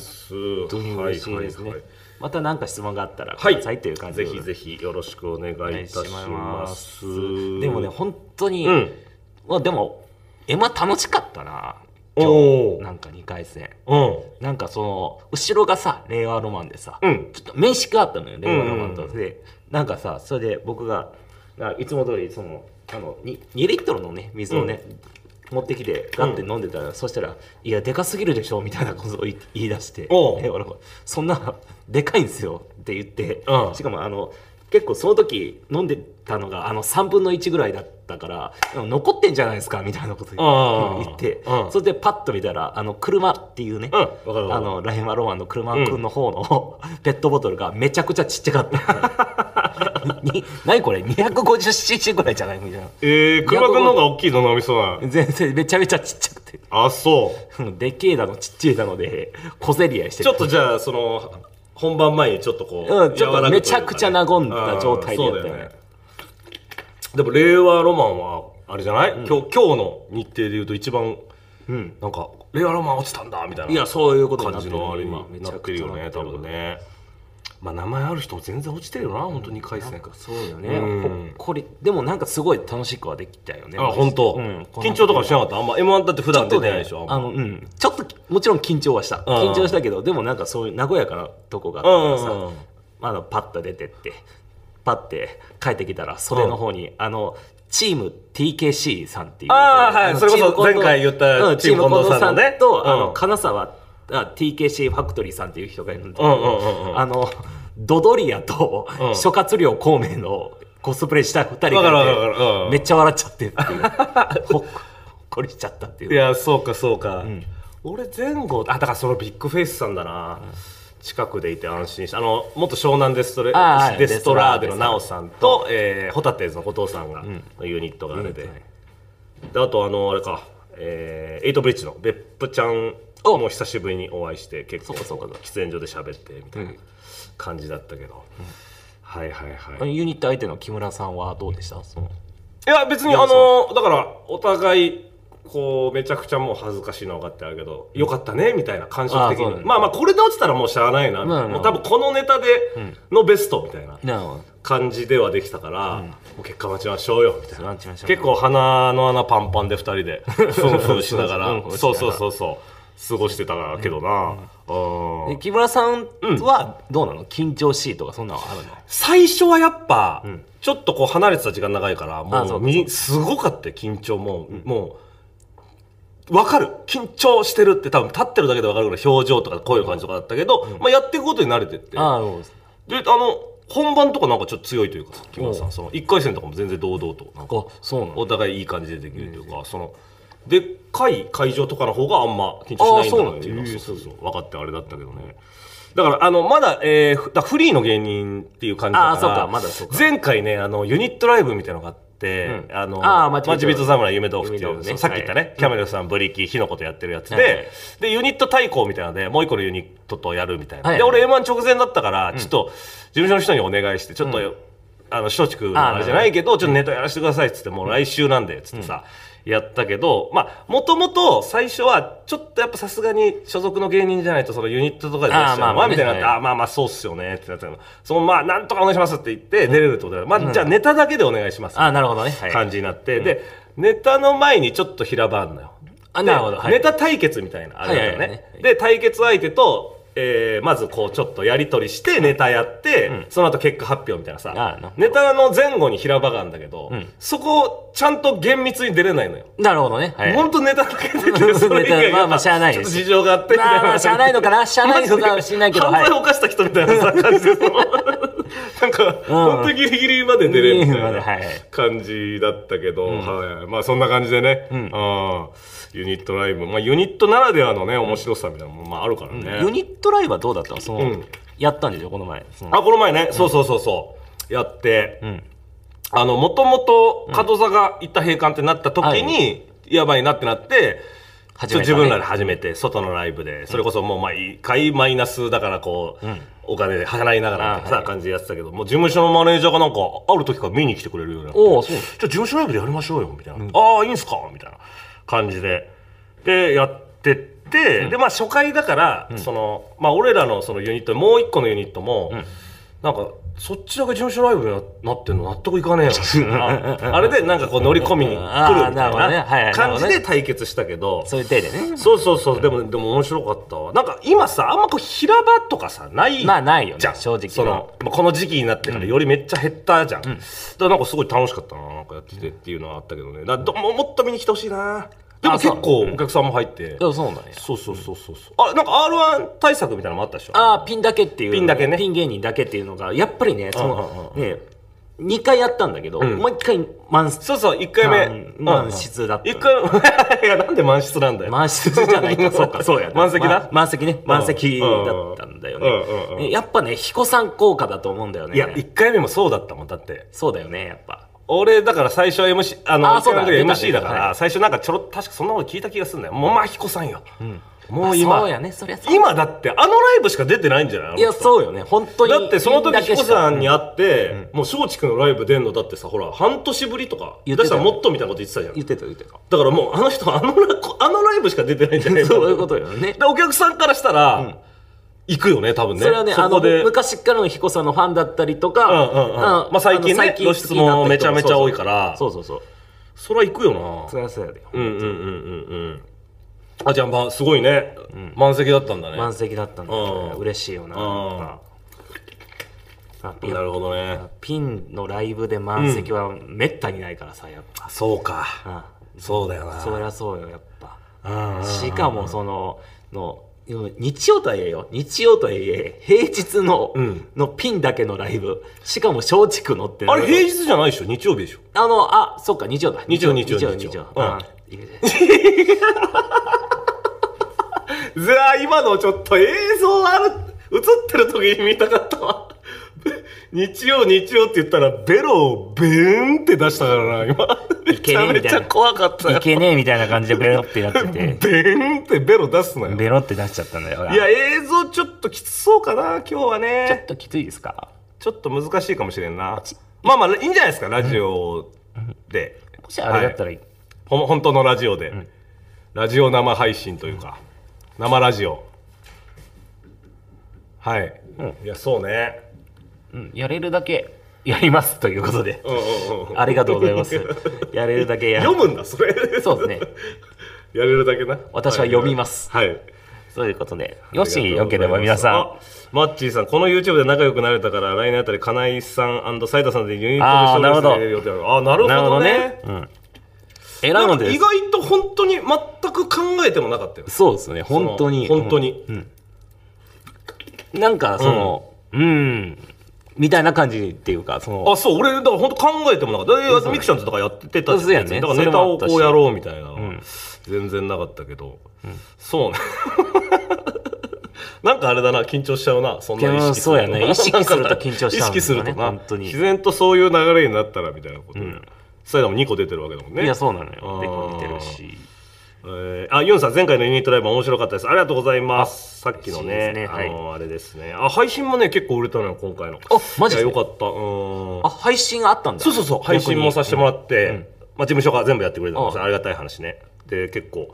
Speaker 1: 当に嬉しいですね、また何か質問があったら
Speaker 2: は
Speaker 1: くだ
Speaker 2: い、
Speaker 1: さいという感じで、
Speaker 2: ぜひぜひよろしくお願いいたします。
Speaker 1: でもね、本当に、
Speaker 2: うん
Speaker 1: まあでもエマ楽しかったな
Speaker 2: おー
Speaker 1: なんか2回戦
Speaker 2: うん、
Speaker 1: なんかその後ろがさ令和ロマンでさ、
Speaker 2: うん
Speaker 1: ちょっと面識があったのよ令和ロマンと、
Speaker 2: うんうん
Speaker 1: でなんかさそれで僕があいつも通りそのあの 2, 2リットルのね水をね、持ってきてガッて飲んでたら、そしたら「いやでかすぎるでしょ」みたいなことを言い言い出して
Speaker 2: おう
Speaker 1: 令和ロマンそんなでかいんですよ」って言って、
Speaker 2: うん
Speaker 1: しかもあの結構その時飲んでたのがあの3分の1ぐらいだったから残ってんじゃないですかみたいなこと
Speaker 2: ああ
Speaker 1: 言って、
Speaker 2: うん
Speaker 1: それでパッと見たらあの車っていうね、
Speaker 2: うんわかるわかる
Speaker 1: あのライマロマンの車くんの方の、ペットボトルがめちゃくちゃちっちゃか った。に何これ 250cc ぐらいじゃないみたいな。
Speaker 2: えー、くまくんの方が大きいの飲みそうな。
Speaker 1: 全然めちゃめちゃちっちゃくて。
Speaker 2: あ、そう。
Speaker 1: うんでっけえだのちっちゃいだので小競り合いして
Speaker 2: ちょっとじゃあ、その、本番前にちょっとこう、
Speaker 1: うんちょっと
Speaker 2: 和らぐい
Speaker 1: め
Speaker 2: うかね
Speaker 1: ちゃくちゃ和んだ状態でやったよね
Speaker 2: あーそうだよでも、令和ロマンは、あれじゃない、今日、今日の日程で言うと一番、
Speaker 1: うん
Speaker 2: なんか、令和ロマン落ちたんだ、みたいな。
Speaker 1: いやそういうことにな
Speaker 2: 感
Speaker 1: って
Speaker 2: じ
Speaker 1: る
Speaker 2: のあれ
Speaker 1: 今
Speaker 2: になってるよ
Speaker 1: めち
Speaker 2: ね
Speaker 1: ゃくちゃ
Speaker 2: 多
Speaker 1: なってる
Speaker 2: 分ねまあ名前ある人も全然落ちてるよな本当2回戦
Speaker 1: そうよね、
Speaker 2: うん
Speaker 1: ほっこりでもなんかすごい楽しくはできたよね
Speaker 2: あ本当、
Speaker 1: うん
Speaker 2: 緊張とかしなかったあんま m 1だって普
Speaker 1: ちょ
Speaker 2: 段
Speaker 1: っ
Speaker 2: 出
Speaker 1: と
Speaker 2: てない
Speaker 1: ね
Speaker 2: でしょ、
Speaker 1: あの、うん、ちょっともちろん緊張はした
Speaker 2: うん
Speaker 1: 緊張したけどでもなんかそういう和やかなとこがあったか
Speaker 2: うんうんう
Speaker 1: ら
Speaker 2: ん
Speaker 1: さ、まああのパッと出てってパッて帰ってきたら袖の方に、あのチーム TKC さんっていう
Speaker 2: あーはい
Speaker 1: の
Speaker 2: それこそ
Speaker 1: チームコンド
Speaker 2: 前回言った
Speaker 1: うん
Speaker 2: チームコンドさんのね
Speaker 1: チームコンドとあ
Speaker 2: うん
Speaker 1: の金沢あ TKC ファクトリーさんっていう人がいるんで
Speaker 2: うんうんうんうん
Speaker 1: あのドドリアと
Speaker 2: うん
Speaker 1: 諸葛亮孔明のコスプレした2人
Speaker 2: わかる
Speaker 1: が
Speaker 2: わ
Speaker 1: い
Speaker 2: かるわかるう
Speaker 1: て
Speaker 2: ん
Speaker 1: めっちゃ笑っちゃってっていうほっこりしちゃったっていう
Speaker 2: いやそうかそうか、
Speaker 1: ん
Speaker 2: 俺前後あだからそのビッグフェイスさんだな、近くでいて安心してあの元湘南デストレ
Speaker 1: あーはい
Speaker 2: デストラーデの
Speaker 1: デストラーデさん
Speaker 2: 奈緒さんと、えー、ホタテーズの後藤さんが、ユニットが出て、であとあのあれかえー、エイトブリッジの別府ちゃんも久しぶりにお会いして結
Speaker 1: そ
Speaker 2: 構
Speaker 1: うかそうかそうか
Speaker 2: 喫煙所で喋ってみたいな
Speaker 1: うん
Speaker 2: 感じだったけど、はいはいはい、
Speaker 1: あのユニット相手の木村さんはどうでしたその
Speaker 2: いや別にあのだからお互いこうめちゃくちゃもう恥ずかしいの分かってあるけど、よかったねみたいな感触的
Speaker 1: あそう
Speaker 2: に
Speaker 1: だね
Speaker 2: まあまあこれで落ちたらもうしゃあないな、
Speaker 1: まあまあ
Speaker 2: もう多分このネタでのベストみたいな
Speaker 1: なあ
Speaker 2: 感じではできたから、もう結果待ちましょうよみたいな
Speaker 1: 待ちましょう
Speaker 2: 結構鼻の穴パンパンで2人でふんふんしなが
Speaker 1: ふん
Speaker 2: ら
Speaker 1: ふんしながら
Speaker 2: そうそうそうそう過ごしてたけどな、うん
Speaker 1: え木村さんはどうなの緊張しいとかそんなのあるの
Speaker 2: 最初はやっぱ、ちょっとこう離れてた時間長いから
Speaker 1: あそ
Speaker 2: もう
Speaker 1: うか
Speaker 2: みすごかったよ緊張も、もう分かる緊張してるって多分立ってるだけで分かるぐらい表情とか声の感じとかだったけど、まあ、やっていくことに慣れてって
Speaker 1: ああそうです
Speaker 2: であの本番とかなんかちょっと強いというかさ木村さ
Speaker 1: お
Speaker 2: んその1回戦とかも全然堂々となん
Speaker 1: あ
Speaker 2: か
Speaker 1: そうなの
Speaker 2: お互いいい感じでできるというか、そのでっかい会場とかの方があんま緊
Speaker 1: あ
Speaker 2: 張
Speaker 1: あ
Speaker 2: しないんだなっていうのは
Speaker 1: そうなんや
Speaker 2: そうそうそう分かってあれだったけどねだからあのまだ,、えーふだからフリーの芸人っていう感じだから
Speaker 1: ああそうかまだそうか
Speaker 2: 前回ねあのユニットライブみたいなのがあって、
Speaker 1: うん
Speaker 2: あの
Speaker 1: ああ
Speaker 2: マ
Speaker 1: マ
Speaker 2: チ
Speaker 1: チビ
Speaker 2: ビッ
Speaker 1: ッ
Speaker 2: ト
Speaker 1: ト
Speaker 2: 侍夢豆腐ってい
Speaker 1: 夢
Speaker 2: う、
Speaker 1: 豆腐ね
Speaker 2: そのさっき言ったね、
Speaker 1: はい
Speaker 2: キャメルさんブリキ火の粉とやってるやつで、
Speaker 1: はいはい
Speaker 2: でユニット対抗みたいなのでもう一個のユニットとやるみたいな、
Speaker 1: はい
Speaker 2: で俺 m 1直前だったから、ちょっと事務所の人にお願いしてちょっと、あの松竹のあれじゃないけどちょっとネタやらせてくださいっつってもう来週なんでっつってさ、やったけどまあもともと最初はちょっとやっぱさすがに所属の芸人じゃないとそのユニットとかで出しちゃ
Speaker 1: あーまあ
Speaker 2: う
Speaker 1: ま
Speaker 2: わ
Speaker 1: あ
Speaker 2: みたいになって、
Speaker 1: はい
Speaker 2: あまあまあそうっすよねってなったのそのまあなんとかお願いしますって言って出れるってことだから、まあじゃあネタだけでお願いします
Speaker 1: ああなるほどねはい
Speaker 2: 感じになって、でネタの前にちょっと平場あんのよ
Speaker 1: あ
Speaker 2: で
Speaker 1: なるほどはい
Speaker 2: ネタ対決みたいなあれだよね、
Speaker 1: はいはいはい
Speaker 2: で対決相手と、えーまずこうちょっとやり取りしてネタやって、その後結果発表みたいなさ
Speaker 1: ああな
Speaker 2: ネタの前後に平場があるんだけど、そこをちゃんと厳密に出れないのよ
Speaker 1: なるほどねはい
Speaker 2: 本当ネタだけ出てるそれ以外
Speaker 1: ネタまあまあしゃあない
Speaker 2: ちょ
Speaker 1: で
Speaker 2: っ
Speaker 1: す
Speaker 2: と事情があってみたいな
Speaker 1: まあまあしゃあないのか なしゃあないのかもしれないけど
Speaker 2: マジで
Speaker 1: は
Speaker 2: 犯罪を犯した人みたいなさ感じ でそのなんか、本当にギリギリまで出れるみたい
Speaker 1: ギリギリまではい
Speaker 2: な
Speaker 1: はい
Speaker 2: 感じだったけど、はいまあそんな感じでね、あーユニットライブ、まあ、ユニットならではのね面白さみたいなのも、まあ、あるからね、
Speaker 1: ユニットライブはどうだったのその、
Speaker 2: うん
Speaker 1: やったんでしょこの前その
Speaker 2: あこの前ね、そうそうそうそうやって、
Speaker 1: ん
Speaker 2: あのもともと門座が行った閉館ってなった時に、やばいなってなってち
Speaker 1: 初
Speaker 2: ょっと
Speaker 1: めて
Speaker 2: 自
Speaker 1: だね
Speaker 2: 分らで初めて外のライブでそれこそもう毎回マイナスだからこう、お金で払いながらみたいな
Speaker 1: あ
Speaker 2: さ
Speaker 1: はい
Speaker 2: 感じでやってたけどもう事務所のマネージャーがなんかある時から見に来てくれるようになって
Speaker 1: おおそう
Speaker 2: じゃあ事務所ライブでやりましょうよみたいな、ああいいんすかみたいな感じででやってって、でまあ初回だから、そのまあ俺らのそのユニットもう一個のユニットも、なんかそっちだけ事務所ライブやなってんの納得いかねえよみたい なあれでなんかこう乗り込みに来るみたい
Speaker 1: あーなるほどねはいは
Speaker 2: ない
Speaker 1: なる
Speaker 2: 感
Speaker 1: ほ
Speaker 2: じ
Speaker 1: ど
Speaker 2: で
Speaker 1: ね
Speaker 2: 対決したけど、
Speaker 1: そういう手でね
Speaker 2: そうそうそう、でも、でも面白かったわ。なんか今さ、あんまこう平場とかさ、ない。
Speaker 1: まあないよね
Speaker 2: じゃん
Speaker 1: 正直な
Speaker 2: その、まあこの時期になってからよりめっちゃ減ったじゃん。だからなんかすごい楽しかったな、なんかやっててっていうのはあったけどね。だからどももっと見に来てほしいな。でも
Speaker 1: あそ
Speaker 2: 結
Speaker 1: う
Speaker 2: 構お客さんも入って。
Speaker 1: でもそうなんや
Speaker 2: そうそうそうそうそう。あ、なんか R1 対策みたいなのもあったでしょ
Speaker 1: ああピンだけっていう
Speaker 2: ピンだけね
Speaker 1: ピン芸人だけっていうのがやっぱりねその
Speaker 2: う
Speaker 1: ね2回やったんだけど、
Speaker 2: ん
Speaker 1: もう1回満室
Speaker 2: そうそう、1回目。
Speaker 1: うん満室だった
Speaker 2: 1回目。 いや、なんで満室なんだよ。
Speaker 1: 満室じゃないか そうかそうや
Speaker 2: 満席だ
Speaker 1: ま満席ね満席だったんだよね,ね、
Speaker 2: うんうんうん
Speaker 1: やっぱね彦さん効果だと思うんだよね
Speaker 2: いや、1回目もそうだったもん、だって。
Speaker 1: そうだよねやっぱ
Speaker 2: 俺だから最初は MC あの
Speaker 1: あそうだ
Speaker 2: 一回目の時
Speaker 1: 出
Speaker 2: MC
Speaker 1: た
Speaker 2: だ
Speaker 1: ね
Speaker 2: から、
Speaker 1: はい
Speaker 2: 最初なんかちょろっと確かそんなこと聞いた気がするんだよもうまあ彦さんよ、もう
Speaker 1: あ
Speaker 2: 今
Speaker 1: そうやねそりゃそう
Speaker 2: 今だってあのライブしか出てないんじゃない
Speaker 1: いやそうよね本当に
Speaker 2: だってその
Speaker 1: ピン
Speaker 2: 時
Speaker 1: だけ
Speaker 2: 彦
Speaker 1: しか
Speaker 2: さんに会って、もう松竹のライブ出んのだってさほら半年ぶりとか
Speaker 1: 言っ
Speaker 2: だ
Speaker 1: て
Speaker 2: した
Speaker 1: よ
Speaker 2: らもっとみたいなこと言ってたじゃん
Speaker 1: 言ってた言ってた
Speaker 2: だからもうあの人あのラあのライブしか出てないんじゃない
Speaker 1: そういうことよね
Speaker 2: でお客さんからしたら、行くよね多分ね
Speaker 1: それはね、あ
Speaker 2: こ
Speaker 1: の
Speaker 2: で
Speaker 1: 昔からの彦さんのファンだったりとか、
Speaker 2: うんうんうん
Speaker 1: あの
Speaker 2: まあ最近ね
Speaker 1: あの
Speaker 2: 露出もめちゃめちゃ多いから
Speaker 1: そうそうそう。
Speaker 2: そりゃ行くよな
Speaker 1: そりゃそうやで。
Speaker 2: うんうんうんうんうんあじゃあまあすごいね、満席だったんだね
Speaker 1: 満席だったんだから、
Speaker 2: うん
Speaker 1: 嬉しいよな。
Speaker 2: うん
Speaker 1: あピン
Speaker 2: なるほどね
Speaker 1: ピンのライブで満席はめったにないからさやっぱ、
Speaker 2: そうか
Speaker 1: あ
Speaker 2: そうだよな
Speaker 1: そりゃそうよやっぱ
Speaker 2: うんうんうん
Speaker 1: しかもそのの日曜とはいえよ日曜とはいえ平日の,、
Speaker 2: うん
Speaker 1: のピンだけのライブしかも松竹のってな
Speaker 2: あ
Speaker 1: る
Speaker 2: れ
Speaker 1: と
Speaker 2: 平日じゃないでしょ日曜日でしょ
Speaker 1: あのあそっか日曜だ
Speaker 2: 日曜日曜
Speaker 1: 日曜日
Speaker 2: 日曜
Speaker 1: 曜
Speaker 2: うん
Speaker 1: あいいねずらー今のちょっと
Speaker 2: 映像ある映ってる時に見たかったわ 日曜日曜って言ったらベロをベーンって出したからな今め
Speaker 1: いけね
Speaker 2: ちゃ
Speaker 1: え
Speaker 2: め
Speaker 1: みたいな
Speaker 2: ちゃ怖かった
Speaker 1: い
Speaker 2: よ
Speaker 1: けねえみたいな感じでベロってなって
Speaker 2: ベ
Speaker 1: て
Speaker 2: ーンってベロ出すなよ
Speaker 1: ベロって出しちゃったんだよ
Speaker 2: いや映像ちょっときつそうかな今日は
Speaker 1: ちょっ
Speaker 2: ね
Speaker 1: ときついですか
Speaker 2: ちょっと難しいかもしれんなまあまあいいんじゃないですかラジオで
Speaker 1: もしあれだったらいい、
Speaker 2: ほん本当のラジオで、ラジオ生配信というか、生ラジオはい、いやそうね
Speaker 1: うん、やれるだけやりますということで
Speaker 2: うんうんうん
Speaker 1: ありがとうござい ますやれるだけや
Speaker 2: 読むんだそれ
Speaker 1: そうですね
Speaker 2: やれるだけな
Speaker 1: 私は読みます
Speaker 2: はい、はい
Speaker 1: そういうことでよしよければ皆さん
Speaker 2: あマッチーさんこの YouTube で仲良くなれたから来年あたり金井さん斉田さんでユニッ
Speaker 1: あー
Speaker 2: トで紹介さ
Speaker 1: な
Speaker 2: れ
Speaker 1: る
Speaker 2: る予定ああなるほどね
Speaker 1: うん、選ぶんで
Speaker 2: 意
Speaker 1: す
Speaker 2: 外と本当に全く考えてもなかったよ
Speaker 1: そうですね本当に
Speaker 2: その本当に、
Speaker 1: うんなんかそのうん、みたいな感じっていうかその
Speaker 2: あそう俺だから本当考えてもなかっただからミクちゃんととかやってた
Speaker 1: そうやね
Speaker 2: だからネタをこうやろうみたいなのは
Speaker 1: うん
Speaker 2: 全然なかったけど、そうね なんかあれだな緊張しちゃうなそんな意識する
Speaker 1: い
Speaker 2: と
Speaker 1: やそうやね意識すると緊張しちゃうんだよね
Speaker 2: 意識するとな
Speaker 1: 本当に
Speaker 2: 自然とそういう流れになったらみたいなことで、
Speaker 1: うん
Speaker 2: それでも2個出てるわけだもんね
Speaker 1: いやそうなのよ
Speaker 2: あー
Speaker 1: でこう見てるし
Speaker 2: えーあユンさん前回のユニットライブ面白かったですありがとうございますさっきのね
Speaker 1: 嬉しいですね
Speaker 2: あ
Speaker 1: はい
Speaker 2: のあれですねあ配信もね結構売れたのよ今回
Speaker 1: あ
Speaker 2: の
Speaker 1: マジ
Speaker 2: い
Speaker 1: で
Speaker 2: やよかったうん
Speaker 1: あ配信あったんだ
Speaker 2: そうそうそう配信もさせてもらって、まあ、事務所が全部やってくれたんです
Speaker 1: あ
Speaker 2: ありがたい話ねで結構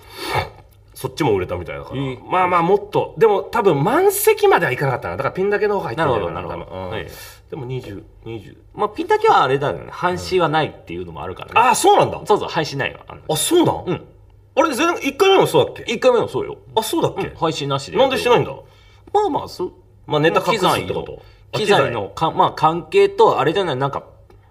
Speaker 2: そっちも売れたみたいだから、
Speaker 1: いい
Speaker 2: まあまあもっとでも多分満席まではいかなかったなだからピンだけの方が入ってんだよ
Speaker 1: なるほどなるほど
Speaker 2: 多分うん
Speaker 1: はい
Speaker 2: でも2020、20
Speaker 1: まあピンだけはあれだよね配信はないっていうのもあるからね、
Speaker 2: ああそうなんだ
Speaker 1: そうそう配信ないわあの
Speaker 2: あそうなん、
Speaker 1: うん
Speaker 2: あれ全1回目もそうだっけ
Speaker 1: 一回目もそうよ
Speaker 2: あそうだっけ、
Speaker 1: 配信なしで
Speaker 2: なんでしてないんだ
Speaker 1: まあまあそう
Speaker 2: まあネタ隠
Speaker 1: 機
Speaker 2: す
Speaker 1: 材
Speaker 2: っ
Speaker 1: の
Speaker 2: てことあ
Speaker 1: 機材のか、まあ、関係とあれじゃないなんか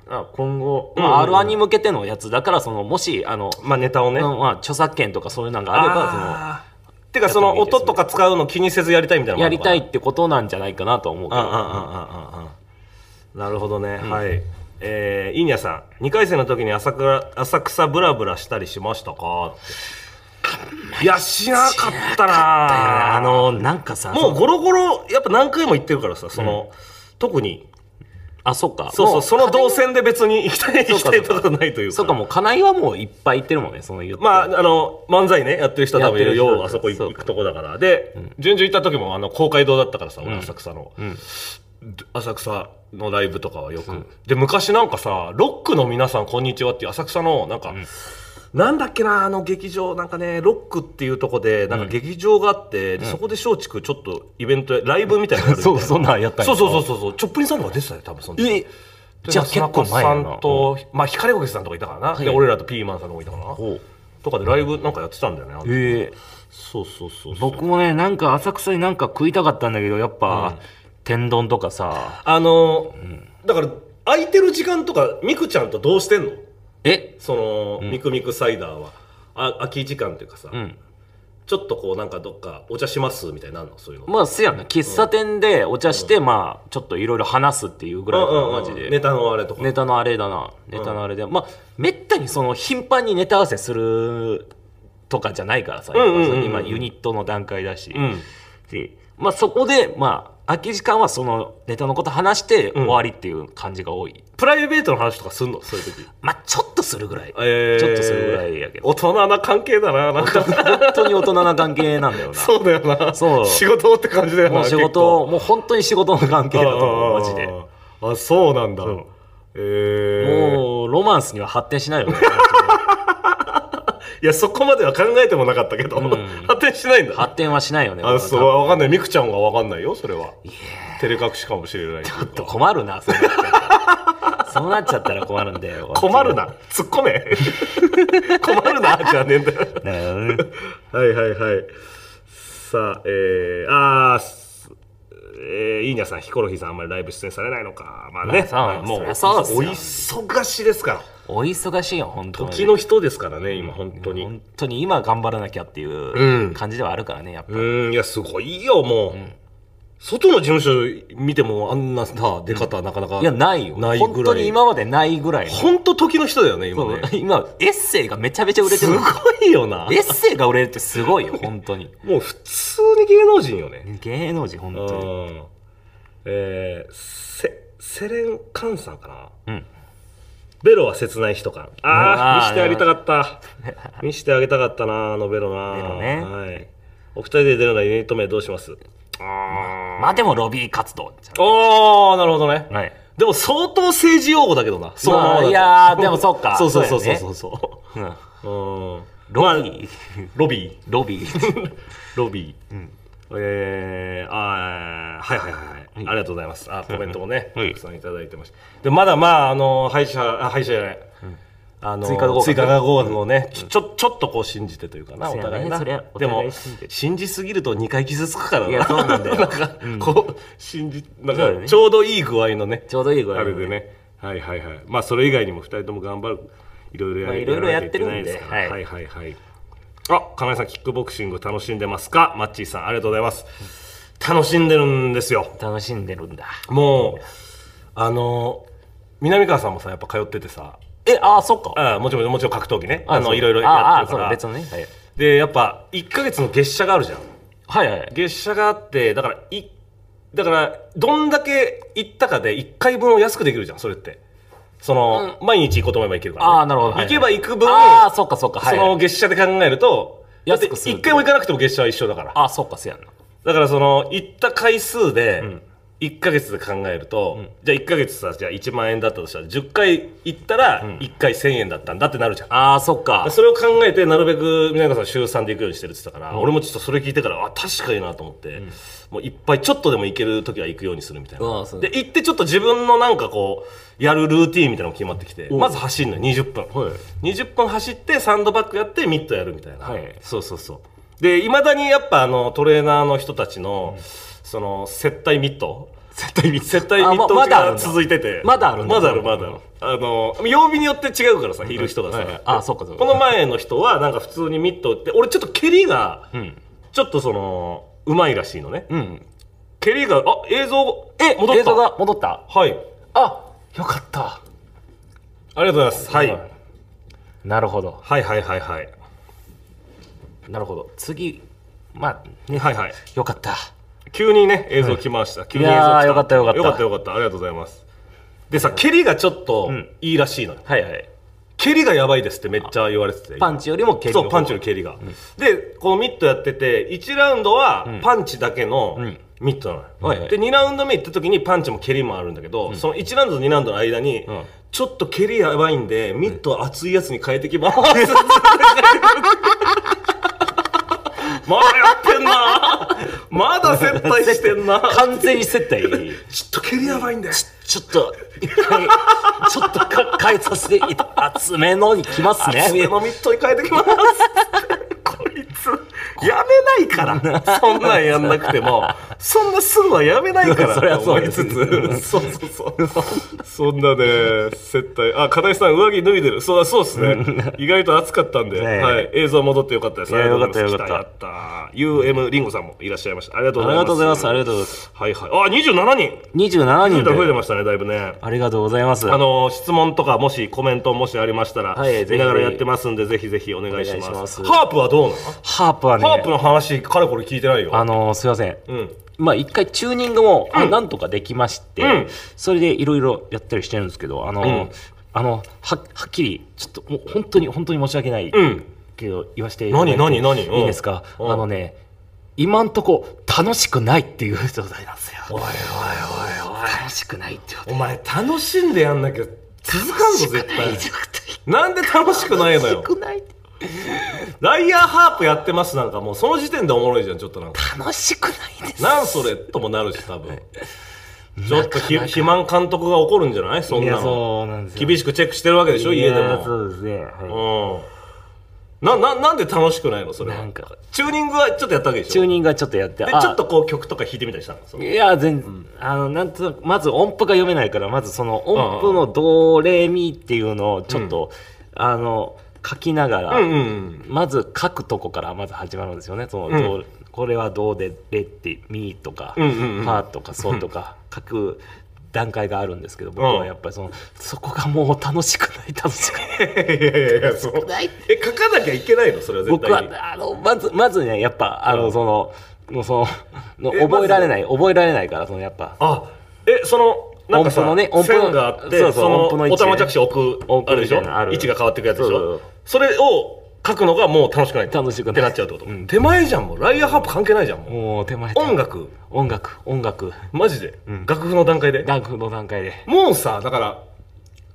Speaker 1: あ今後、まあ
Speaker 2: うんうんうん
Speaker 1: R1 に向けてのやつだからそのもしあの、
Speaker 2: まあネタをね、
Speaker 1: うんまあ、著作権とかそういうのがあれば
Speaker 2: あーてかその音とか使うの気にせずやりたいみたい
Speaker 1: そ
Speaker 2: な
Speaker 1: のや
Speaker 2: のもある
Speaker 1: り
Speaker 2: のかな
Speaker 1: たいってことなんじゃないかなとは思うけ
Speaker 2: ああ
Speaker 1: ど
Speaker 2: ああああああなるほどね、はいえー、イーニャさん2回生の時に浅倉浅草ブラブラしたりしましたかっていやしなかったな
Speaker 1: あのなんかさ
Speaker 2: も
Speaker 1: そ
Speaker 2: うゴロゴロやっぱ何回も言ってるからさその、特に
Speaker 1: あそうか
Speaker 2: そうそ
Speaker 1: も
Speaker 2: うその動線で別に行きたい行きたいとかないというか
Speaker 1: そうかもう金井はもういっぱい行ってるもんねその言って
Speaker 2: まあ、あの漫才ねやってる人は多分い
Speaker 1: やっ
Speaker 2: る
Speaker 1: てる人
Speaker 2: ようあそこ行く
Speaker 1: そう
Speaker 2: 行
Speaker 1: か
Speaker 2: くとこだからで、順々行った時もあの公会堂だったからさ俺浅草の、浅草のライブとかはよく、で昔なんかさロックの皆さんこんにちはっていう浅草のなんか、なんだっけなあの劇場なんかねロックっていうとこでなんか劇場があって、でそこで松竹ちょっとイベントやライブみたいなのやるみた い
Speaker 1: そうそんなんやったんや
Speaker 2: そうそうそうそうそうチョップリンさんとか出てたよ多分その時
Speaker 1: えじゃあ結構前や
Speaker 2: さ
Speaker 1: なん
Speaker 2: と、まあ光こけしさんとかいたからな、
Speaker 1: はい
Speaker 2: で俺らとピーマンさんとかいたからな
Speaker 1: ほう
Speaker 2: とかでライブなんかやってたんだよねあの時
Speaker 1: ええ
Speaker 2: そうそうそうそう
Speaker 1: 僕もねなんか浅草になんか食いたかったんだけどやっぱ、天丼とかさ
Speaker 2: あのーだから空いてる時間とかミクちゃんとどうしてんの
Speaker 1: え
Speaker 2: その、ミクミクサイダーはあ空き時間っていうかさ、
Speaker 1: うん
Speaker 2: ちょっとこうなんかどっかお茶しますみたいになるのそういうの、
Speaker 1: まあせやな喫茶店でお茶して、まあちょっといろいろ話すっていうぐらいかな、
Speaker 2: うんうんうん
Speaker 1: マジで
Speaker 2: ネタのあれとか
Speaker 1: ネタのあれだなネタのあれで、まあめったにその頻繁にネタ合わせするとかじゃないからさ、
Speaker 2: んうんうんう
Speaker 1: や
Speaker 2: ん
Speaker 1: っぱその今ユニットの段階だし、
Speaker 2: うん
Speaker 1: でまあ、そこでまあ空き時間はそのネタのこと話して終わりっていう感じが多い、
Speaker 2: プライベートの話とかすんのそういう時
Speaker 1: まあちょっとするぐらい、
Speaker 2: えー
Speaker 1: ちょっとするぐらいやけど
Speaker 2: 大人な関係だななんか
Speaker 1: 本当に大人な関係なんだよな
Speaker 2: そうだよな
Speaker 1: そう
Speaker 2: 仕事って感じだよな
Speaker 1: もう仕
Speaker 2: 結構
Speaker 1: 事もう本当に仕事の関係だと思うマジで。
Speaker 2: ああそうなんだ
Speaker 1: そう
Speaker 2: えー
Speaker 1: もうロマンスには発展しないよ ね
Speaker 2: いやそこまでは考えてもなかったけど、発展しないんだ
Speaker 1: 発展はしないよね
Speaker 2: あそう
Speaker 1: 俺は
Speaker 2: わかんないミクちゃんがわかんないよそれは照れ隠しかもしれない
Speaker 1: 多分ちょっと困るなそうなっちゃったらそうなっちゃったら困るんだよ
Speaker 2: 困るな突っ込め 困るなじゃねえんだよ
Speaker 1: だからね
Speaker 2: はいはいはいさあえー、あーすえー、いいにゃさん、ヒコロヒーさん、あんまりライブ出演されないのか、まあね、
Speaker 1: まあそう
Speaker 2: はい
Speaker 1: そ
Speaker 2: もうお
Speaker 1: りゃそうですよ
Speaker 2: 忙しですから、
Speaker 1: お忙しいよ本当に
Speaker 2: 時の人ですからね、今、本当に。
Speaker 1: 本当に今頑張らなきゃってい
Speaker 2: ん
Speaker 1: う感じではあるからねやっぱ、
Speaker 2: うーん、いや、すごいよ、もう、外の事務所見ても、あんなさ、出方、なかなか、
Speaker 1: いやないよ
Speaker 2: ないぐらい
Speaker 1: 本当に今までないぐらいの
Speaker 2: 本当、時の人だよね、今
Speaker 1: そう
Speaker 2: ね。
Speaker 1: 今エッセイがめちゃ めちゃ売れて
Speaker 2: す
Speaker 1: る
Speaker 2: ごいよな。
Speaker 1: エッセイが売れるってすごいよ本当に
Speaker 2: もう普通に芸能人よね。
Speaker 1: 芸能人本当に
Speaker 2: うんえー、セセレン・カンさんかな、
Speaker 1: うん
Speaker 2: ベロは切ない人かああ
Speaker 1: あー
Speaker 2: 見してあげたかった見してあげたかったなあのベロな
Speaker 1: ベロね
Speaker 2: はい、お二人で出るならユニット名どうしますあ
Speaker 1: まあでもロビー活動じゃ
Speaker 2: ああなるほどね、
Speaker 1: んはい
Speaker 2: でも相当政治用語だけどなそのままだと
Speaker 1: まあい やーでもそっか
Speaker 2: そうそうそう
Speaker 1: そうだ
Speaker 2: そう
Speaker 1: よね
Speaker 2: そうそ
Speaker 1: うん
Speaker 2: う、うん
Speaker 1: ロビー
Speaker 2: ロビー
Speaker 1: ロビ ー
Speaker 2: ロビー、えーあーはいはいはい、はい、ありがとうございますあコメントもね、
Speaker 1: はい
Speaker 2: たくさんいただいてましたでまだまああの歯医者あ歯医者じゃない、あの
Speaker 1: 追加合格
Speaker 2: 追加合格をね、ちょちょちょっとこう信じてというかな、
Speaker 1: そう
Speaker 2: お
Speaker 1: やね
Speaker 2: 互いな
Speaker 1: そりゃお
Speaker 2: で
Speaker 1: 互
Speaker 2: も
Speaker 1: い信じて
Speaker 2: 信じすぎると2回傷つくから
Speaker 1: いやそうなんだよ
Speaker 2: なんか、こう信じなん
Speaker 1: そうだよ
Speaker 2: か
Speaker 1: ね
Speaker 2: ちょうどいい具合のね
Speaker 1: ちょうどいい具合
Speaker 2: あ
Speaker 1: のね
Speaker 2: れでねはいはいはいまあそれ以外にも2人とも頑張るいろいろ
Speaker 1: まあい
Speaker 2: や
Speaker 1: ろいろ
Speaker 2: ら
Speaker 1: や
Speaker 2: な
Speaker 1: っ
Speaker 2: き
Speaker 1: て
Speaker 2: ゃいけ
Speaker 1: る
Speaker 2: ない
Speaker 1: ん
Speaker 2: で
Speaker 1: です
Speaker 2: からはいはいはい、あ金井さんキックボクシング楽しんでますかマッチーさんありがとうございます楽しんでるんですよ
Speaker 1: 楽しんでるんだ
Speaker 2: もうあの南川さんもさやっぱ通っててさ
Speaker 1: えああそっか
Speaker 2: あもちろんもちろん格闘技ねあ
Speaker 1: そ
Speaker 2: の
Speaker 1: う
Speaker 2: いろいろ
Speaker 1: あ
Speaker 2: や
Speaker 1: あ
Speaker 2: っ
Speaker 1: そ
Speaker 2: て
Speaker 1: う
Speaker 2: るか
Speaker 1: だ
Speaker 2: ら
Speaker 1: 別のねはい
Speaker 2: でやっぱ1か月の月謝があるじゃん
Speaker 1: はいはいはい
Speaker 2: 月謝があってだからいだからどんだけ行ったかで1回分を安くできるじゃんそれってその、毎日行こうと思えば行けるから、
Speaker 1: ああなるほどはい
Speaker 2: 行けば行く分
Speaker 1: ああそっかそっかはい
Speaker 2: そ
Speaker 1: はい
Speaker 2: の月謝で考えるとだって
Speaker 1: 安くする
Speaker 2: 1回も行かなくても月謝は一緒だから
Speaker 1: ああそっかせやんな
Speaker 2: だからその行った回数で1か月で考えると、じゃあ1か月さじゃあ1万円だったとしたら10回行ったら1回1000円だったんだってなるじゃん、
Speaker 1: ああそっか
Speaker 2: それを考えてなるべく南川さん週3で行くようにしてるって言ってたから、俺もちょっとそれ聞いてからあ確かになと思って、もういっぱいちょっとでも行ける時は行くようにするみたいな、
Speaker 1: ああそう
Speaker 2: で行ってちょっと自分のなんかこうやるルーティーンみたいなのも決まってきて、まず走るの20分、20分走ってサンドバッグやってミットやるみたいな、
Speaker 1: はい
Speaker 2: そうそうそうでいまだにやっぱあのトレーナーの人たちの、その接待ミット接待ミット接待ミット
Speaker 1: あままだある
Speaker 2: が
Speaker 1: んだ
Speaker 2: 続いてて
Speaker 1: まだあるんだ
Speaker 2: まだあるまだあるあの曜日によって違うからさいる人がさ、
Speaker 1: はいあそうかそうか
Speaker 2: この前の人はなんか普通にミット打って俺ちょっと蹴りが
Speaker 1: うん
Speaker 2: ちょっとそのうまいらしいのね、
Speaker 1: うん
Speaker 2: 蹴りがあ映像
Speaker 1: え
Speaker 2: 戻った
Speaker 1: 映像が戻った
Speaker 2: はい
Speaker 1: あよかった
Speaker 2: ありがとうございます、はい、はい
Speaker 1: なるほど
Speaker 2: はいはいはいはい
Speaker 1: なるほど次まあね
Speaker 2: はいはい
Speaker 1: よかった
Speaker 2: 急にね映像来ました、急に映像
Speaker 1: いやー
Speaker 2: 来
Speaker 1: よかったよかった
Speaker 2: よかったよかったありがとうございますでさ蹴りがちょっと
Speaker 1: ん
Speaker 2: いいらしいのよ、
Speaker 1: はいはい
Speaker 2: 蹴りがやばいですってめっちゃ言われてて
Speaker 1: パンチよりも蹴りの
Speaker 2: そ
Speaker 1: 方
Speaker 2: うパンチの蹴りが、でこのミットやってて1ラウンドはパンチだけの
Speaker 1: ん
Speaker 2: ミットなのよ、
Speaker 1: はいはい
Speaker 2: で2ラウンド目行った時にパンチも蹴りもあるんだけど、その1ラウンドと2ラウンドの間に、
Speaker 1: ん
Speaker 2: ちょっと蹴りやばいんでミット熱いやつに変えて きます、まだやってんなまだ接待してんな
Speaker 1: 完全に接待
Speaker 2: ちょっと蹴りやばいんだよ
Speaker 1: ちょっと一回 ちょっとか変えさせていた厚めのに来ますね
Speaker 2: 爪のミットに変えてきますこいつやめない からそんなんやんなくてもそんなすんのはやめないから
Speaker 1: そりゃそう
Speaker 2: 思い
Speaker 1: です
Speaker 2: つつ そうそうそうそんなね接待あ片井さん上着脱いでるそうそうですね意外と暑かったんで、
Speaker 1: ねえ
Speaker 2: はい、映像戻ってよかったです
Speaker 1: い
Speaker 2: あ
Speaker 1: や
Speaker 2: りがとうございます
Speaker 1: よかったよか
Speaker 2: 来やった UM リンゴさんもいらっしゃいましたありがとう
Speaker 1: あ
Speaker 2: ご
Speaker 1: りがとう
Speaker 2: ざいます
Speaker 1: ございますあり
Speaker 2: がと
Speaker 1: がとうございます
Speaker 2: うはいはいあ27人
Speaker 1: 27
Speaker 2: 20
Speaker 1: 人
Speaker 2: 代増えて
Speaker 1: で
Speaker 2: ましたねだいぶね
Speaker 1: ありがとうございます
Speaker 2: あの質問とかもしコメントもしありましたら、
Speaker 1: はいぜひ
Speaker 2: 見ながらやってますんでぜひぜひお願いします
Speaker 1: お願いします
Speaker 2: ハープはどうなの、
Speaker 1: ハープはね
Speaker 2: ハープの話かれこれ聞いてないよ
Speaker 1: あのすいません
Speaker 2: うん
Speaker 1: まあ一回チューニングもあなんとかできまして、
Speaker 2: うん
Speaker 1: それでいろいろやったりしてるんですけどあの、
Speaker 2: ん
Speaker 1: あのははっきりちょっともう本当に本当に申し訳ない
Speaker 2: うん
Speaker 1: けど言わせていただいて
Speaker 2: 何何何うん
Speaker 1: いいですか、
Speaker 2: うん
Speaker 1: あのね今んとこ楽しくないっていう状態なんですよ
Speaker 2: おいおいおいおい
Speaker 1: 楽しくないってこと
Speaker 2: お前楽しんでやんなきゃ続かんぞ絶対なんで楽しくないのよ
Speaker 1: 楽しくないって
Speaker 2: ライアーハープやってますなんかもうその時点でおもろいじゃんちょっとなんか
Speaker 1: 楽しくないです
Speaker 2: なんそれともなるし多分ちょっとひ肥満監督が怒るんじゃないそん
Speaker 1: い
Speaker 2: な
Speaker 1: や
Speaker 2: の
Speaker 1: そうなんですよ
Speaker 2: 厳しくチェックしてるわけでしょ家で
Speaker 1: いや
Speaker 2: も
Speaker 1: そうですね、はい
Speaker 2: うんなななんで楽しくないのそれは
Speaker 1: なんか
Speaker 2: チューニングはちょっとやったわけでしょ
Speaker 1: チューニングがちょっとやって
Speaker 2: で
Speaker 1: あ
Speaker 2: ちょっとこう曲とか弾いてみたりしたのその
Speaker 1: いや全、あのなんとなくまず音符が読めないからまずその音符のドレミっていうのをちょっと、あの書きながら、
Speaker 2: うんうん
Speaker 1: まず書くとこからまず始まるんですよねその、
Speaker 2: うん
Speaker 1: どうこれは「どう」で「レ」って「ミ」とか「
Speaker 2: うんうんうん
Speaker 1: パ」とか「ソ」とか書く段階があるんですけど僕はやっぱりそのそこがもう楽しくない楽しく ない
Speaker 2: いやいやいやそう
Speaker 1: ない
Speaker 2: え書かなきゃいけないのそれは絶
Speaker 1: 僕
Speaker 2: 対に
Speaker 1: はあのまずまずねやっぱあ
Speaker 2: う
Speaker 1: の
Speaker 2: ん
Speaker 1: その、もうその
Speaker 2: え
Speaker 1: の覚えられない覚えられないからそのやっぱ
Speaker 2: あえそのなんかさ
Speaker 1: 音符のね音符の
Speaker 2: 線があって
Speaker 1: そ
Speaker 2: そう
Speaker 1: そう音符の
Speaker 2: の
Speaker 1: 位置
Speaker 2: おたまじゃくし置く
Speaker 1: 音符
Speaker 2: あるでしょ
Speaker 1: みたいなのある
Speaker 2: 位置が変わってくやつでし
Speaker 1: そうそう
Speaker 2: ょそれを書くのがもう楽しくない
Speaker 1: 楽しくない
Speaker 2: ってなっちゃうってこと、
Speaker 1: うん
Speaker 2: 手前じゃんもうライアーハープ関係ないじゃんもう、
Speaker 1: もう手前
Speaker 2: 音楽
Speaker 1: 音楽音楽
Speaker 2: マジで、楽譜の段階で
Speaker 1: ダンクの段階で
Speaker 2: もうさだから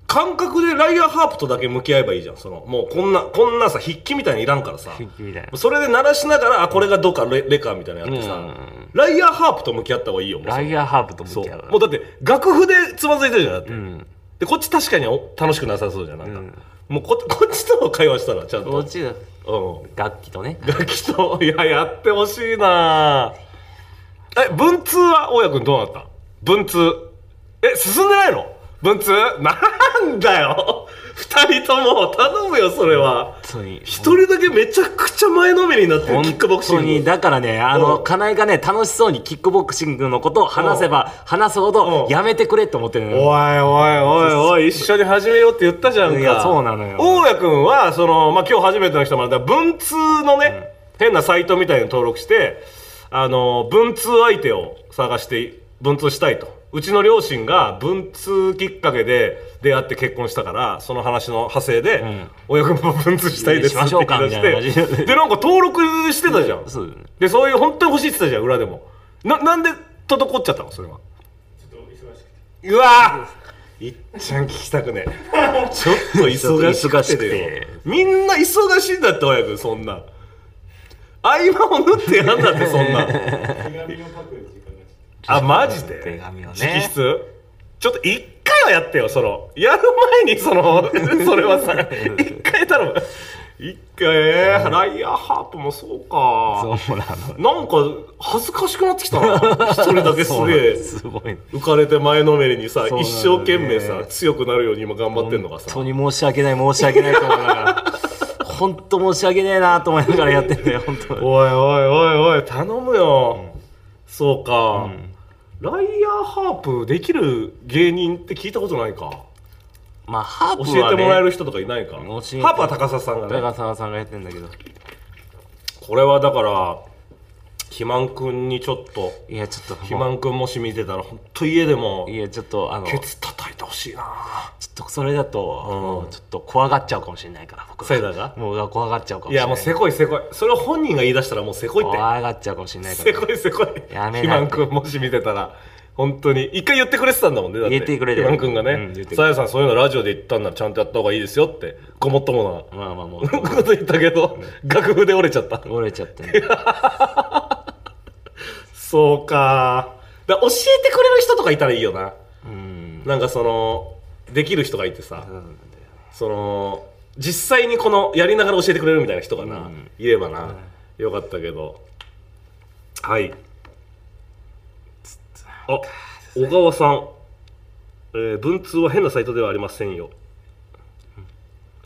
Speaker 2: 感覚でライアーハープとだけ向き合えばいいじゃんそのもうこんなこんなさ筆記みたいにいらんからさ
Speaker 1: 筆記みたいな
Speaker 2: それで鳴らしながらあこれがどうかレレかみたいなのやってさ、
Speaker 1: うんうんう
Speaker 2: ライアーハープと向き合った方がいいよもうそ
Speaker 1: ラ
Speaker 2: の
Speaker 1: イアーハーブと
Speaker 2: そ
Speaker 1: 向き合う
Speaker 2: うもうだって楽譜でつまずいてるじゃんだって、
Speaker 1: ん
Speaker 2: でこっち確かにお楽しくなさそうじゃんなんか、
Speaker 1: うん
Speaker 2: もうここっちとの会話したらちゃん
Speaker 1: こっ
Speaker 2: と、
Speaker 1: ちが
Speaker 2: う
Speaker 1: 楽器とね
Speaker 2: ん、楽器といややってほしいなえ文通は大家君どうなった文通え進んでないの文通なんだよ2人とも頼むよそれは
Speaker 1: 本当に
Speaker 2: 1人だけめちゃくちゃ前のめりになってるキックボクシング
Speaker 1: 本当にだからねあ
Speaker 2: う
Speaker 1: の
Speaker 2: ん
Speaker 1: 金井がね楽しそうにキックボクシングのことを話せば話すほど
Speaker 2: うん
Speaker 1: やめてくれと思ってるのよ
Speaker 2: おいおいおいおい一緒に始めようって言ったじゃんか
Speaker 1: いやそうなのよ
Speaker 2: 大家君はその、まあ、今日初めての人もらった文通のね、変なサイトみたいに登録してあの文通相手を探して文通したいとうちの両親が文通きっかけで出会って結婚したからその話の派生で、大家君も文通したいですって言い出
Speaker 1: しましょうかみ
Speaker 2: して
Speaker 1: たいな感じで
Speaker 2: でなんか登録してたじゃん、
Speaker 1: そうだね
Speaker 2: でそういう本当に欲しいって言ってたじゃん裏でもななんで滞っちゃったのそれは
Speaker 3: ちょっと忙しくて
Speaker 2: うわーいっちゃん聞きたくね えちょっと忙しくてだよ
Speaker 1: 忙しくて
Speaker 2: みんな忙しいんだって親君そんな合間を縫ってやんだってそんな
Speaker 3: 手紙を書く時間がちょ
Speaker 2: あマジで
Speaker 1: 手紙をね
Speaker 2: 直筆ちょっと一回はやってよそのやる前にその そ れはさ一回頼む一回ライアーハープもそうか
Speaker 1: そうなの
Speaker 2: なんか恥ずかしくなってきたな一人 だけすげえ
Speaker 1: すごい
Speaker 2: 浮かれて前のめりにさ、
Speaker 1: そうなん
Speaker 2: 一
Speaker 1: だよね
Speaker 2: 生懸命さ強くなるように今頑張ってんのが
Speaker 1: 本
Speaker 2: さ
Speaker 1: 当に申し訳ない申し訳ないと思いなが ら本当申し訳ねえなと思いながらやってんだよ本当に
Speaker 2: おいおいおいおい頼むよ、そうか、ライアーハープできる芸人って聞いたことないか
Speaker 1: まあハープ
Speaker 2: 教
Speaker 1: は、ね、
Speaker 2: えてもらえる人とかいないか、ハ
Speaker 1: 教えて
Speaker 2: ープは高澤さんがね
Speaker 1: 高沢さんがやってんだけど
Speaker 2: これはだから肥満くんにちょっと
Speaker 1: いやちょっと
Speaker 2: 肥
Speaker 1: もう
Speaker 2: 満くんもし見てたら本当家でも
Speaker 1: いやちょっとあのちょ
Speaker 2: ケ
Speaker 1: っ
Speaker 2: ツ叩いてほしいな
Speaker 1: とそれだと、
Speaker 2: うん
Speaker 1: もうちょっと怖がっちゃうかもしれないから僕は
Speaker 2: セイラが
Speaker 1: もう怖がっちゃうかも
Speaker 2: い
Speaker 1: しれな
Speaker 2: や
Speaker 1: い
Speaker 2: もうせこいせこいそれを本人が言い出したらもうせこいって
Speaker 1: 怖がっちゃうかもしれないか
Speaker 2: せ
Speaker 1: ら
Speaker 2: こいせこい。
Speaker 1: やめ
Speaker 2: 肥
Speaker 1: な
Speaker 2: 満くんもし見てたら、本当に。一回言ってくれてたんだもんね、だって。
Speaker 1: 言ってくれてる
Speaker 2: 肥満くんが
Speaker 1: うん言って
Speaker 2: ね
Speaker 1: くれて、る
Speaker 2: さやさんそういうのラジオで言ったんならちゃんとやった方がいいですよって、ごもっとも
Speaker 1: まあまあもう
Speaker 2: なこと言ったけど、楽譜で折れちゃった。
Speaker 1: 折れちゃってね
Speaker 2: そうか。だから教えてくれる人とかいたらいいよな。
Speaker 1: うん
Speaker 2: なんかその、できる人がいてさ
Speaker 1: そう、なんだよ
Speaker 2: その、実際にこの、やりながら教えてくれるみたいな人が
Speaker 1: う
Speaker 2: な、
Speaker 1: ん
Speaker 2: いればな、よかったけど。はい。あ、小川さん、えー文通は変なサイトではありませんよ。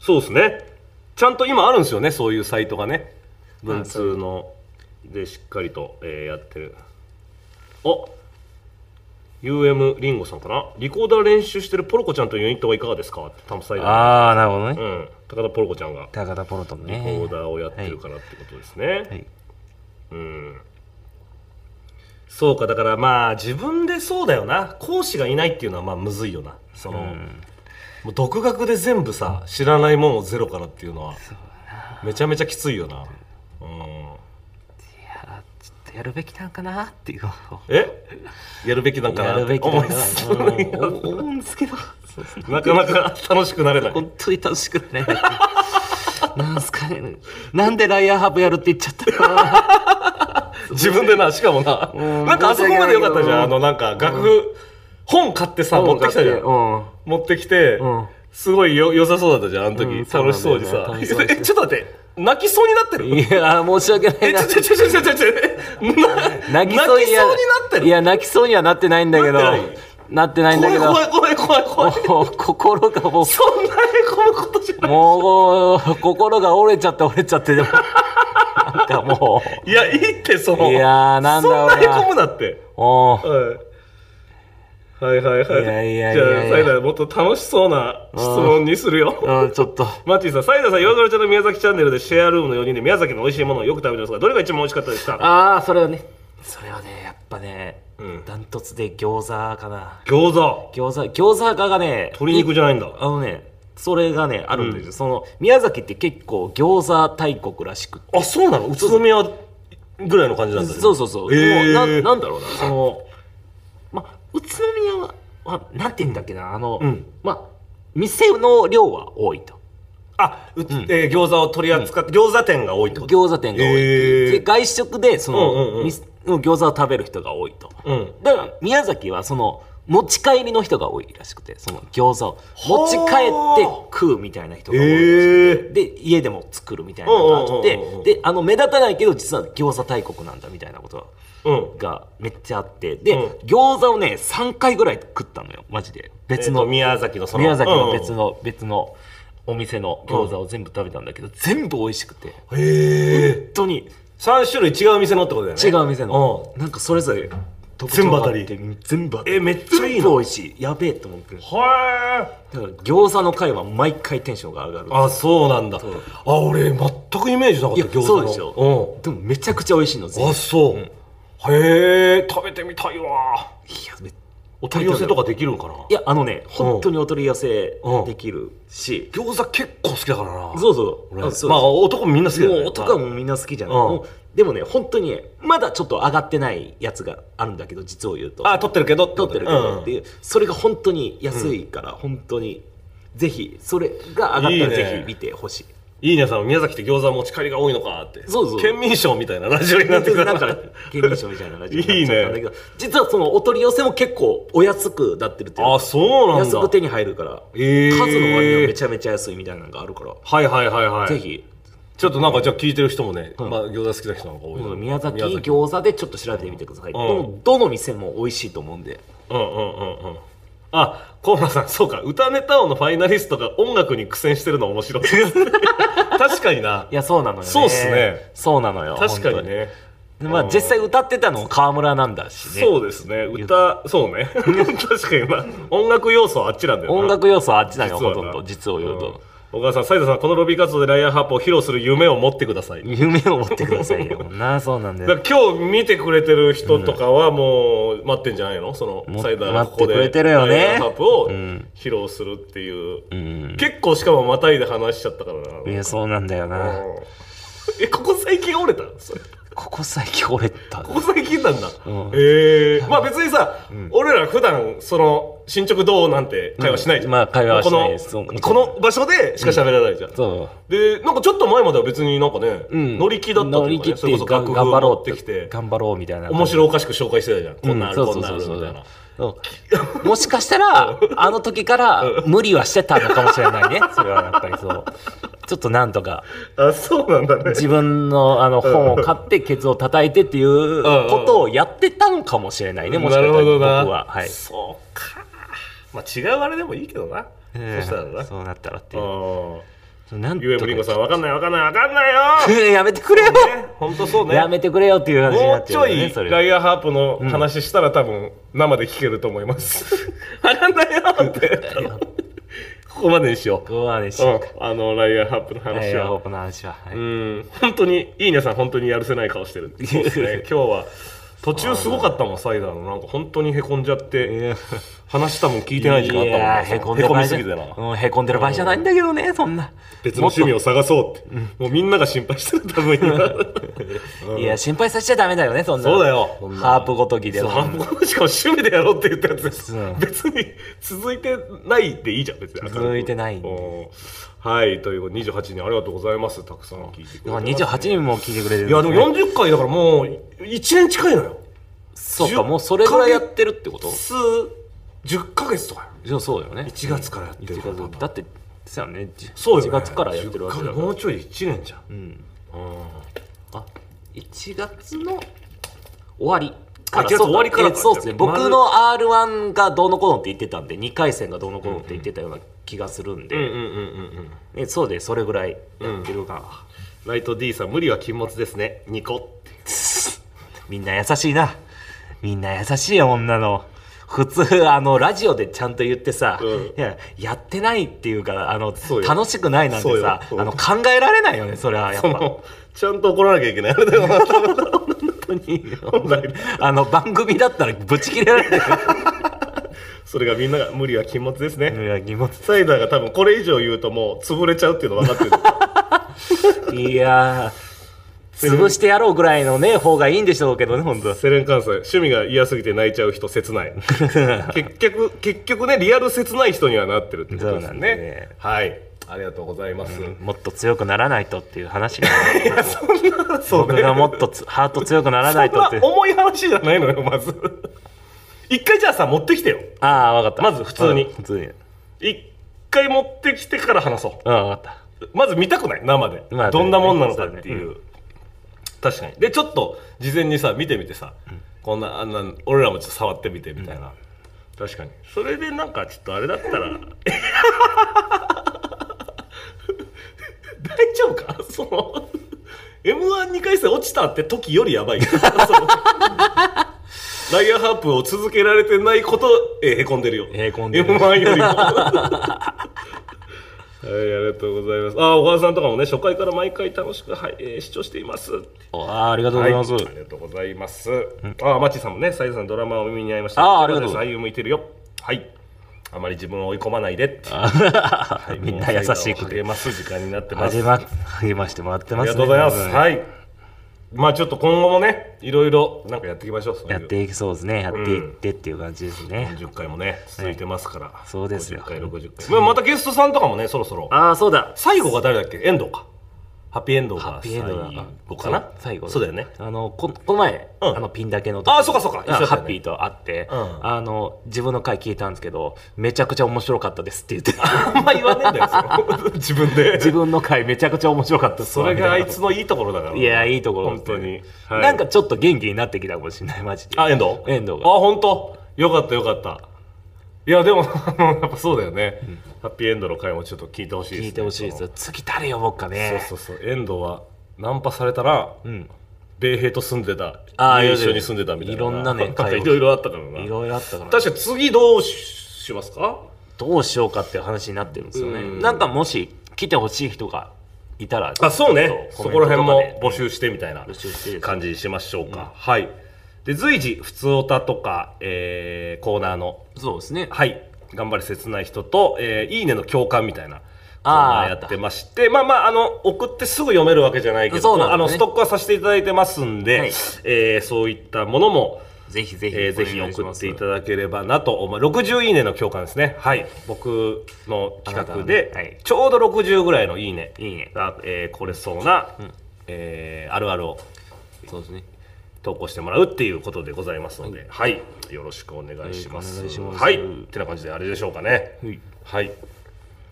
Speaker 2: そうですね。ちゃんと今あるんですよね、そういうサイトがね。文通の、で、しっかりと、えーやってる。あ UM リンゴさんかなリコーダー練習してるポロコちゃんというユニットはいかがですかってタムサイダー
Speaker 1: ああなるほどね、
Speaker 2: うん、高田ポロコちゃんが
Speaker 1: 高田ポロトンね
Speaker 2: リコーダーをやってるからってことですね、
Speaker 1: はい
Speaker 2: うんそうかだからまあ自分でそうだよな講師がいないっていうのはまあむずいよなその、もう独学で全部さ知らないもんをゼロからっていうのはめちゃめちゃきついよな、うん、
Speaker 1: いやちょっとやるべきなんかなっていう
Speaker 2: えやるべきなんか
Speaker 1: や
Speaker 2: な
Speaker 1: る
Speaker 2: って
Speaker 1: べき
Speaker 2: 思
Speaker 1: ないんか
Speaker 2: つつ
Speaker 1: なうん思うんですけど
Speaker 2: なかなか楽しくなれない
Speaker 1: 本当に楽しくないなっていう なんすかねなんでライアーハーブやるって言っちゃったのかな
Speaker 2: 自分でなしかもな
Speaker 1: うん
Speaker 2: なんかあそこまでよかったじゃん
Speaker 1: 申し訳ない
Speaker 2: あ
Speaker 1: けど
Speaker 2: のなんか楽譜本買ってさ持ってきたじゃん
Speaker 1: うん
Speaker 2: 持ってきて、
Speaker 1: うん
Speaker 2: すごいよ良さそうだったじゃんあの時、
Speaker 1: うん
Speaker 2: 楽しそうにさ、
Speaker 1: そうなんだよね楽しそうにして
Speaker 2: えちょっと待って泣きそうになってる
Speaker 1: いや申し訳な
Speaker 2: え、
Speaker 1: いな
Speaker 2: ちょちょちょちょちょちょちょな
Speaker 1: 泣
Speaker 2: 泣
Speaker 1: き
Speaker 2: き
Speaker 1: そ
Speaker 2: そうう
Speaker 1: に
Speaker 2: に
Speaker 1: は
Speaker 2: なってる
Speaker 1: いや泣きそうにはなってないんだけど
Speaker 2: なって
Speaker 1: なってないんだ
Speaker 2: 怖
Speaker 1: け
Speaker 2: い
Speaker 1: ど
Speaker 2: 怖い怖い怖い怖い
Speaker 1: もう心がもう
Speaker 2: そんなへこむことじゃない
Speaker 1: もう心が折れちゃって折れちゃってでもなんかも
Speaker 2: いやいいってその
Speaker 1: いやーなんだろうな
Speaker 2: そんなへこむなって
Speaker 1: うおー
Speaker 2: はいはいはいはい
Speaker 1: いやいやいやいや
Speaker 2: じゃあサイダーもっと楽しそうな質問にするよ
Speaker 1: うんちょっと
Speaker 2: マッティさん、サイダーさん、岩倉ちゃんの宮崎チャンネルでシェアルームの4人で宮崎の美味しいものをよく食べてますが、どれが一番美味しかったですか
Speaker 1: ああそれはねそれはねやっぱね
Speaker 2: うん
Speaker 1: ダントツで餃子かな
Speaker 2: 餃子。
Speaker 1: 餃子餃子がね
Speaker 2: 鶏肉じゃないんだ。
Speaker 1: あのねそれがねあるんですよ、その宮崎って結構餃子大国らしくて
Speaker 2: あ、そうなの宇都宮ぐらいの感じなんだね
Speaker 1: そうそうそう、
Speaker 2: へー
Speaker 1: もうななんだろうなそのま宇都宮ははなんて言うんだっけなあの、
Speaker 2: うん
Speaker 1: ま店の量は多いと
Speaker 2: あ、うえー餃子を取り扱って、餃子店が多いってこと
Speaker 1: 餃子店が多いっていう、
Speaker 2: へー
Speaker 1: で外食でその、
Speaker 2: うんうんうん
Speaker 1: みの餃子を食べる人が多いと、
Speaker 2: うん。
Speaker 1: だから宮崎はその持ち帰りの人が多いらしくてその餃子を持ち帰って食うみたいな人が多いらしくて
Speaker 2: え
Speaker 1: で家でも作るみたいな感じで
Speaker 2: うんうんうんうん
Speaker 1: であの目立たないけど実は餃子大国なんだみたいなこと
Speaker 2: ー。うん。
Speaker 1: がめっちゃあってで、
Speaker 2: うん
Speaker 1: 餃子をね3回ぐらい食ったのよマジで別
Speaker 2: 別
Speaker 1: の、
Speaker 2: の宮崎のその。
Speaker 1: 宮崎の
Speaker 2: うん
Speaker 1: 別。の、別のお店の餃子を全部食べたんだけど、全部美味しくて
Speaker 2: へえ。
Speaker 1: 本当に
Speaker 2: 3種類違う店のってことだよね。
Speaker 1: 違う店の、なんかそれぞれ特徴があって
Speaker 2: 全
Speaker 1: 全部当たり
Speaker 2: えめっちゃいいな
Speaker 1: 全部美味しいやべえと思ってる
Speaker 2: はえ。
Speaker 1: だから餃子の会は毎回テンションが上がる
Speaker 2: あ、そうなんだ
Speaker 1: う。
Speaker 2: あ、俺、全くイメージなかっ
Speaker 1: い
Speaker 2: た、
Speaker 1: や
Speaker 2: 餃子の。
Speaker 1: そうですよ
Speaker 2: うん。
Speaker 1: でもめちゃくちゃ美味しいの全部
Speaker 2: あそう、へえ食べてみたいわ
Speaker 1: いやめ
Speaker 2: お取り寄せとかできるんかない
Speaker 1: やあのね本当にお取り寄せ
Speaker 2: うん
Speaker 1: できるし、
Speaker 2: 餃子結構好きだからな
Speaker 1: そうそう
Speaker 2: 俺
Speaker 1: あそう
Speaker 2: まあ男みんな好きだよ
Speaker 1: も
Speaker 2: ね
Speaker 1: う男はもうみんな好きじゃない、
Speaker 2: うん
Speaker 1: もうでもね本当にねまだちょっと上がってないやつがあるんだけど実を言うと
Speaker 2: あ取ってるけど
Speaker 1: 取ってるけどって
Speaker 2: うん
Speaker 1: いう、それが本当に安いから、本当にぜひそれが上がったら
Speaker 2: いい
Speaker 1: ぜ
Speaker 2: ね
Speaker 1: ひ見てほしい
Speaker 2: いいねさん宮崎って餃子持ち帰りが多いのかって
Speaker 1: そうそう
Speaker 2: 県民賞みたいなラジオになってくる
Speaker 1: なんか県民賞みたいなラジオになっちゃったんだけど実はそのお取り寄せも結構お安くなってるっていうか
Speaker 2: あそうなんだ
Speaker 1: 安く手に入るから、
Speaker 2: へー
Speaker 1: 数の割にはめちゃめちゃ安いみたいなのがあるから、
Speaker 2: はいはいはいはい
Speaker 1: ぜひ
Speaker 2: ちょっとなんかじゃあ聞いてる人もね、まあ、餃子好きな人の方が多い
Speaker 1: こ
Speaker 2: な
Speaker 1: の宮崎餃子でちょっと調べてみてください、どのどの店も美味しいと思うんで
Speaker 2: うんうんうんうんあコーナーさんそうか歌ネタ王のファイナリストが音楽に苦戦してるの面 白い確かにない
Speaker 1: やそうなのよね
Speaker 2: そうっすね
Speaker 1: そうなのよ
Speaker 2: 確かに
Speaker 1: 本
Speaker 2: ね
Speaker 1: 当にまあ実際歌ってたのも川村なんだしね
Speaker 2: そうですね歌そう ね確かにな音楽要素はあっちなんだよな
Speaker 1: 音楽要素はあっちなのよ
Speaker 2: 実は
Speaker 1: ほ
Speaker 2: な
Speaker 1: とんど実を言うと、
Speaker 2: 小川さん斉田さんこのロビー活動でライアーハープを披露する夢を持ってくださいだ
Speaker 1: 夢を持ってくださいよなそうなんだよ
Speaker 2: から今日見てくれてる人とかはもう待ってんじゃないのそ
Speaker 1: も
Speaker 2: のサイダーが
Speaker 1: 待
Speaker 2: こ
Speaker 1: って
Speaker 2: こ
Speaker 1: く
Speaker 2: で
Speaker 1: れてるよね
Speaker 2: ライアーハープを
Speaker 1: うん
Speaker 2: 披露するっていう、
Speaker 1: うん
Speaker 2: 結構しかもまたいで話しちゃったからな、
Speaker 1: いやそうなんだよな、
Speaker 2: うんえここ最近折れたそれ
Speaker 1: ここ最近折れた
Speaker 2: ここ最近なんだ。
Speaker 1: うん
Speaker 2: ええまあ別にさ、俺ら普段その進捗どうなんて会話しないじゃん。
Speaker 1: うんまあ会話はしないです
Speaker 2: こ
Speaker 1: そう
Speaker 2: のこの場所でしか喋らないじゃん。
Speaker 1: そう
Speaker 2: でなんかちょっと前までは別になんかね、
Speaker 1: うん
Speaker 2: 乗り気だったと
Speaker 1: 乗り
Speaker 2: いうか、
Speaker 1: 気
Speaker 2: ね、
Speaker 1: っ
Speaker 2: そ
Speaker 1: て
Speaker 2: れ
Speaker 1: いう
Speaker 2: こそ
Speaker 1: か
Speaker 2: 楽譜
Speaker 1: 頑張ろ
Speaker 2: を持
Speaker 1: う
Speaker 2: ってきて
Speaker 1: 頑張ろうみたいな
Speaker 2: 面白おかしく紹介してたじゃん、こんなある
Speaker 1: うん
Speaker 2: こんなあるみたいな
Speaker 1: そうもしかしたらあの時から無理はしてたのかもしれないねそれはやっぱりそうちょっとなんとか
Speaker 2: あそうなんだね
Speaker 1: 自分のあの本を買ってケツを叩いてっていうことをやってたのかもしれないねもしか
Speaker 2: な
Speaker 1: した
Speaker 2: る
Speaker 1: ら
Speaker 2: ほど
Speaker 1: 僕
Speaker 2: な
Speaker 1: ははい
Speaker 2: そうかまあ違うあれでもいいけどな、そしたらな
Speaker 1: そうなったらっていう
Speaker 2: う
Speaker 1: なん
Speaker 2: んゆえもりんごさんわかんないわかんないわかんないよ
Speaker 1: やめてくれよ
Speaker 2: ね本当そうね
Speaker 1: やめてくれよっていう話に
Speaker 2: も
Speaker 1: な
Speaker 2: う
Speaker 1: っち
Speaker 2: ち
Speaker 1: ゃう
Speaker 2: ょ
Speaker 1: よね
Speaker 2: い
Speaker 1: それ
Speaker 2: ライアーハープの話したら多分生で聞けると思います。わかんないよって。ここまでにしよう。
Speaker 1: ごめんね
Speaker 2: うん、あのライアーハープの
Speaker 1: ライ
Speaker 2: 話
Speaker 1: アーホ
Speaker 2: は
Speaker 1: ー。プの話ははい
Speaker 2: うん、本当に、いいねさん本当にやるせない顔して る。そうですね、今日は。途中すごかったもん、サイダーの。なんか本当にへこんじゃって、話したもん聞いてない時間あっ
Speaker 1: いやー
Speaker 2: た
Speaker 1: へ
Speaker 2: も
Speaker 1: こ
Speaker 2: ん
Speaker 1: んでる
Speaker 2: ね。へこ
Speaker 1: 場合
Speaker 2: み
Speaker 1: じ
Speaker 2: す
Speaker 1: ゃ
Speaker 2: ぎてな。
Speaker 1: うんへこんでる場合じゃないんだけどねそんな
Speaker 2: 別の趣味を探そうって。もうみんなが心配してる多分今。
Speaker 1: いや心配させちゃダメだよねそんな
Speaker 2: そうだよそんな
Speaker 1: ハープごときで
Speaker 2: そう
Speaker 1: も
Speaker 2: 半分しかも趣味でやろうって言ったやつです
Speaker 1: うん
Speaker 2: 別に続いてないでいいじゃん別に
Speaker 1: 続いてないんで
Speaker 2: おーはいということで28人ありがとうございますたくさん聞いてくれてますね
Speaker 1: 28人も聞いてくれてるん
Speaker 2: いや
Speaker 1: す
Speaker 2: で
Speaker 1: ね
Speaker 2: も40回だからもう1年近いのよ
Speaker 1: そうかもうそれぐらいやってるってこと
Speaker 2: 数10ヶ月とかよ
Speaker 1: いやそうだよね
Speaker 2: 1月からやってるから
Speaker 1: 1月だってそうやねじ
Speaker 2: そう
Speaker 1: 1
Speaker 2: よ、ね、
Speaker 1: 月からやってるわけだ
Speaker 2: 10
Speaker 1: か
Speaker 2: 月
Speaker 1: ら
Speaker 2: もうちょい1年じゃん
Speaker 1: うん
Speaker 2: うん
Speaker 1: あ1月の終わりから
Speaker 2: あ1月終わりからか
Speaker 1: そうえーそうですね
Speaker 2: 丸
Speaker 1: 僕の r 1がどうのこうのって言ってたんで2回戦がどうのこうのって言ってたような気がするんで、
Speaker 2: うんうんうんうんうん
Speaker 1: ねそうでそれぐらいやってるか、
Speaker 2: ライト D さん無理は禁物ですねニコって
Speaker 1: みんな優しいなみんな優しいよ女の普通あのラジオでちゃんと言ってさ、
Speaker 2: うん
Speaker 1: いややってないっていうかあの
Speaker 2: そうよ
Speaker 1: 楽しくないなん
Speaker 2: そう
Speaker 1: て
Speaker 2: よ
Speaker 1: さ
Speaker 2: そう
Speaker 1: あの考えられないよねそれはやっ
Speaker 2: そ
Speaker 1: ぱ。
Speaker 2: のちゃんと怒らなきゃいけないあれだよな
Speaker 1: 本当に
Speaker 2: 本来
Speaker 1: あの番組だったらぶち切れられない
Speaker 2: それがみんなが無理は禁物ですね、
Speaker 1: いや疑問
Speaker 2: サイダーが多分これ以上言うともう潰れちゃうっていうの分 かってる
Speaker 1: いやー潰してやろうぐらいのね方がいいんでしょうけどね本当
Speaker 2: セレン関西趣味が嫌すぎて泣いちゃう人 切ない結局結局ねリアル切ない人にはなってるってことで
Speaker 1: そう
Speaker 2: す
Speaker 1: な
Speaker 2: ね
Speaker 1: んですね
Speaker 2: はいありがとうございます、
Speaker 1: もっと強くならないとっていう話が
Speaker 2: そう
Speaker 1: 僕
Speaker 2: ね
Speaker 1: がもっとつハート強くならないとっ
Speaker 2: そ
Speaker 1: て
Speaker 2: んな重い話じゃないのよまず一回じゃあさ持ってきてよ
Speaker 1: ああ分かった
Speaker 2: まず普通に
Speaker 1: うん普通にうん
Speaker 2: 一回持ってきてから話そ
Speaker 1: 分かった
Speaker 2: うまず見たくない生で、
Speaker 1: まあ
Speaker 2: どんなもんなのかっていう
Speaker 1: そう
Speaker 2: 確かにでちょっと事前にさ見てみてさ、こんなあんな俺らもちょっと触ってみてみたいな、確かにそれでなんかちょっとあれだったら大丈夫か その m 1 2回戦落ちたって時よりやばい よそのライアーハープを続けられてないこと、えーへこんでるよ
Speaker 1: へこんでる
Speaker 2: m 1よりも はい、ありがとうございます。あ、小川さんとかもね、初回から毎回楽しく、はい、えー視聴しています。
Speaker 1: あーありがとうございます、
Speaker 2: はいありがとうございます。あ、マッチーさんもね、サイズさんドラマを耳に合いました。
Speaker 1: あーありがとうございます
Speaker 2: 俳優向いてるよ。はい。あまり自分を追い込まないでって。
Speaker 1: あみんな優しく
Speaker 2: 励
Speaker 1: て
Speaker 2: ます時間になってます。
Speaker 1: 励ま励ましてもらって
Speaker 2: あ
Speaker 1: ま
Speaker 2: り
Speaker 1: す、ね、
Speaker 2: がとうございます。
Speaker 1: ん
Speaker 2: はい。まあちょっと今後もね、いろいろなんかやっていきましょう。そういう
Speaker 1: やっていきそうですねやっていってっていう感じですね、
Speaker 2: 40回もね、続いてますから。
Speaker 1: そうですよ
Speaker 2: 50回、60回。まあまたゲストさんとかもね、そろそろ。
Speaker 1: ああそうだ
Speaker 2: 最後が誰だっけ遠藤か。ハッピーエンドが
Speaker 1: ハッピーエンドだ
Speaker 2: 最後かな
Speaker 1: そう最後
Speaker 2: そうだよね。
Speaker 1: あのここの前、
Speaker 2: うん
Speaker 1: あのピンだけの時
Speaker 2: あそうかそうか一緒だったね
Speaker 1: ハッピーと会って、
Speaker 2: うん
Speaker 1: あの自分の回聞いたんですけどめちゃくちゃ面白かったですって言って
Speaker 2: あんま言わねえんだよ、それ自分で。
Speaker 1: 自分の回めちゃくちゃ面白かったっす
Speaker 2: そ
Speaker 1: わ
Speaker 2: れがあい
Speaker 1: み
Speaker 2: つのいいところだから。
Speaker 1: たいないやいいところ
Speaker 2: 本当に。はい
Speaker 1: なんか、ちょっと元気になってきたかもしれないマジで
Speaker 2: あ、遠藤
Speaker 1: 遠藤が
Speaker 2: あ、本当よかったよかった。いや、でも、 あのやっぱそうだよね。ハッピーエンドの回もちょっと聞いてほしいです、ね。
Speaker 1: 聞いてほしいです
Speaker 2: その
Speaker 1: 次誰呼ぼっかね
Speaker 2: そうそうそう。遠藤は、ナンパされたら、
Speaker 1: うん
Speaker 2: 米兵と住んでた。
Speaker 1: あ
Speaker 2: 家
Speaker 1: 要す
Speaker 2: 一緒
Speaker 1: るに
Speaker 2: に住んでた みたい
Speaker 1: い
Speaker 2: な。
Speaker 1: ろんなね
Speaker 2: か
Speaker 1: 会を
Speaker 2: いろいろあったからな。
Speaker 1: いろいろあったから
Speaker 2: 確かに次どうしますか
Speaker 1: どうしようかっていう話になってるんですよ
Speaker 2: う
Speaker 1: ね
Speaker 2: ん
Speaker 1: なんかもし来てほしい人がいたら
Speaker 2: あそうね
Speaker 1: ちょ
Speaker 2: そ
Speaker 1: っと
Speaker 2: こら辺
Speaker 1: コ
Speaker 2: も
Speaker 1: メントとかで
Speaker 2: 募集してみたいな
Speaker 1: 募集して
Speaker 2: 感じにしましょうか、はいで随時普通オタとか、えーコーナーの
Speaker 1: そうですね
Speaker 2: はい頑張り切ない人と、えーいいねの共感みたいなコー
Speaker 1: あ
Speaker 2: ナ
Speaker 1: ー
Speaker 2: ーやってましてまあまああの送ってすぐ読めるわけじゃないけど
Speaker 1: そうなんですね
Speaker 2: あのストックはさせていただいてますんで、
Speaker 1: はい
Speaker 2: えーそういったものも
Speaker 1: ぜひぜひ、
Speaker 2: えーぜひ送っていた
Speaker 1: だ
Speaker 2: だければなと思います60いいねの共感ですねはい僕の企
Speaker 1: あ
Speaker 2: 画で、
Speaker 1: なたのねはい
Speaker 2: ちょうど60ぐらいのいいね
Speaker 1: いいね
Speaker 2: が、えー来れそうな、えーあるあるを
Speaker 1: そうですね
Speaker 2: 投稿してもらうっていうことでございますので、はいよろしくお願いします,、
Speaker 1: お願いします
Speaker 2: はいってな感じであれでしょうかね
Speaker 1: はい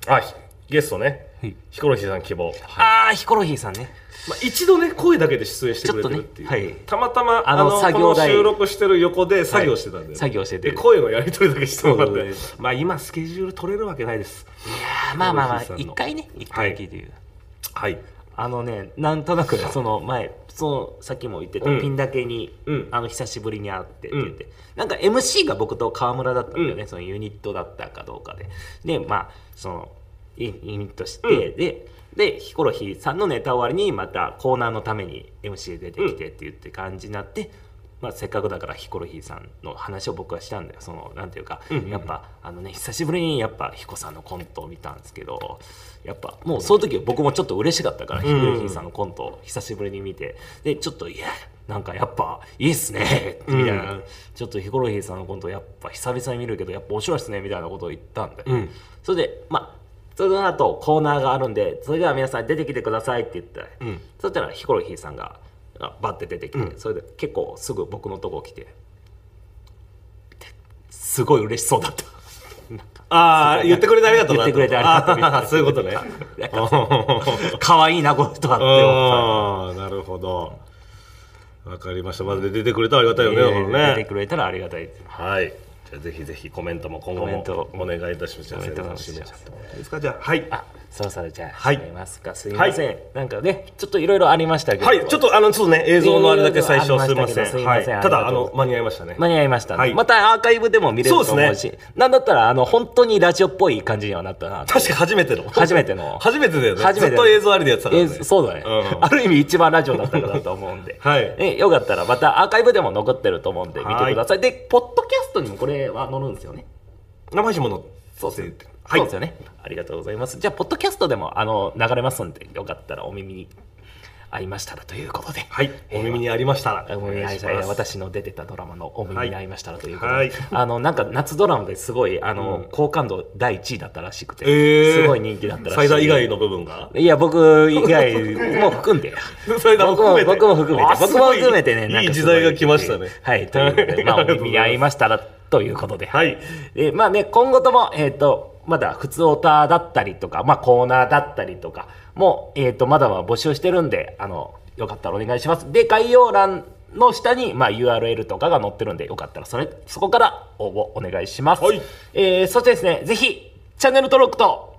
Speaker 2: はいあひゲストね、
Speaker 1: はい
Speaker 2: ヒコロヒーさん希望、
Speaker 1: ああヒコロヒーさんね
Speaker 2: まあ、一度ね声だけで出演してくれてるっていう、
Speaker 1: ちょっとねはい
Speaker 2: たまたま
Speaker 1: あ
Speaker 2: あ
Speaker 1: の
Speaker 2: の
Speaker 1: 作業
Speaker 2: この
Speaker 1: 台
Speaker 2: 収録してる横で作業してたんで、
Speaker 1: はい作業してて
Speaker 2: で声のやり取りだけしてもらっ
Speaker 1: そう
Speaker 2: て
Speaker 1: です
Speaker 2: まあ今スケジュール取れるわけないです
Speaker 1: いやーまあまあまあ
Speaker 2: ヒコロヒー
Speaker 1: 一
Speaker 2: さんの
Speaker 1: 回ね一回聞いてみる、
Speaker 2: はい
Speaker 1: あのねなんとなくその前そのさっきも言ってた
Speaker 2: うん
Speaker 1: ピンだけに、
Speaker 2: うん
Speaker 1: あの久しぶりに会ってって言って、なんか MC が僕と川村だったんだよね、
Speaker 2: う
Speaker 1: そのユニットだったかどうかででまあそのユユニットして、ででヒコロヒーさんのネタ終わりにまたコーナーのために MC 出てきてって言って感じになって、まあ、せっかくだからヒコロヒーさんの話を僕はしたんだよそのなんていうか、
Speaker 2: うんうん
Speaker 1: やっぱあのね久しぶりにやっぱヒコさんのコントを見たんですけどやっぱもうその時僕もちょっと嬉しかったから、ヒコロヒーさんのコントを久しぶりに見てでちょっといやなんかやっぱいいっすねみたいな、
Speaker 2: うん
Speaker 1: ちょっとヒコロヒーさんのコントやっぱ久々に見るけどやっぱ面白いっすねみたいなことを言ったんで、
Speaker 2: うん
Speaker 1: それでまあその後コーナーがあるんでそれでは皆さん出てきてくださいって言ったら、
Speaker 2: うん
Speaker 1: そしたらヒコロヒーさんがあバッて出てきて、
Speaker 2: うん
Speaker 1: それで結構 すぐ僕のとこ来てですごい嬉しそうだった
Speaker 2: ああ言ってくれてありがとうな
Speaker 1: 言ってくれてありがとうみたいな
Speaker 2: あーそういうことね
Speaker 1: 可愛いなこの人はって思っ
Speaker 2: ああなるほどわかりましたまず出てくれたらありがたい
Speaker 1: た
Speaker 2: よね、だからね
Speaker 1: 出てくれたらありがたいです
Speaker 2: はい。じゃあぜひぜひコメントも今後
Speaker 1: コメン
Speaker 2: も
Speaker 1: ト
Speaker 2: お願いいたします。
Speaker 1: お願いいたします
Speaker 2: じゃあ先生の締めちゃってもいいですかじゃあはい。
Speaker 1: あそろそろじゃあ
Speaker 2: はい
Speaker 1: 始めますか、すいません、なんかねちょっといろいろありましたけど
Speaker 2: はい、ちょっとあのちょっとね映像のあれだけ最初
Speaker 1: 映像のあ
Speaker 2: す
Speaker 1: れだ
Speaker 2: いま
Speaker 1: け
Speaker 2: せ
Speaker 1: だ
Speaker 2: ん。
Speaker 1: けど
Speaker 2: はい。
Speaker 1: すいません
Speaker 2: ただ
Speaker 1: あ
Speaker 2: あ
Speaker 1: りがとう
Speaker 2: の間に合いましたね。
Speaker 1: 間に合いましたね、
Speaker 2: はい
Speaker 1: またアーカイブでも見れると思
Speaker 2: そう
Speaker 1: う
Speaker 2: で
Speaker 1: しなんだったらあの本当にラジオっぽい感じにはなったなと
Speaker 2: 確か初めての。
Speaker 1: 初めての
Speaker 2: 初めてだよね。
Speaker 1: 初めて
Speaker 2: ずっと映像ありでやってたから
Speaker 1: え
Speaker 2: ね。
Speaker 1: ーそうだね、
Speaker 2: うん
Speaker 1: ある意味一番ラジオだったかなと思うんで、
Speaker 2: はい
Speaker 1: えよかったらまたアーカイブでも残ってると思うんで見てください、でポッドキャストにもこれは載るんですよね
Speaker 2: 生配信もの。
Speaker 1: そうですね
Speaker 2: はい
Speaker 1: そうですよねありがとうございますじゃあポッドキャストでもあの流れますんでよかったらお耳に合いましたらということでは
Speaker 2: はい。お耳にありましたら。
Speaker 1: お耳に合いました
Speaker 2: お願い
Speaker 1: ら
Speaker 2: します。
Speaker 1: 私の出てたドラマのお耳に合いましたらということで、
Speaker 2: はい
Speaker 1: あのなんか夏ドラマですごいあの、
Speaker 2: うん
Speaker 1: 好感度第1位だったらしくて、
Speaker 2: えー
Speaker 1: すごい人気だったらしい
Speaker 2: サイダー以外の部分が。
Speaker 1: いや僕以外も含 んで
Speaker 2: サイダーも含めて
Speaker 1: 僕も僕も含め
Speaker 2: あ
Speaker 1: て僕も
Speaker 2: すごい
Speaker 1: 含めてねなん
Speaker 2: い
Speaker 1: か
Speaker 2: い
Speaker 1: す
Speaker 2: 時
Speaker 1: ご
Speaker 2: 代が来ましたね
Speaker 1: はいということでまあ
Speaker 2: は
Speaker 1: お
Speaker 2: いありがとうございます
Speaker 1: 耳に合いましたらということでは
Speaker 2: はい
Speaker 1: でまあね今後ともえっ、とまだ普通オタだったりとかまあコーナーだったりとかもえっ、とまだまだ募集してるんであのよかったらお願いしますで概要欄の下に、まあ、URL とかが載ってるんでよかったらそれそこから応募お願いします、
Speaker 2: はい
Speaker 1: えーそしてですねぜひチャンネル登録と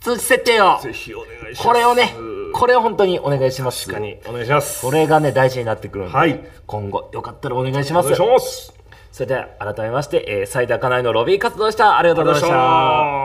Speaker 1: 通知設定を
Speaker 2: ぜひお願いします。
Speaker 1: これをね、これを本当にお願いします。
Speaker 2: 確かにお願いします。
Speaker 1: これがね、大事になってくるんで、
Speaker 2: はい
Speaker 1: 今後、よかったらお願いしま
Speaker 2: お
Speaker 1: す
Speaker 2: 願い。します。
Speaker 1: それでは、改めまして、えー、斉田かなえのロビー活動でした。ありがとうございまし
Speaker 2: ありがとうございま
Speaker 1: た
Speaker 2: した。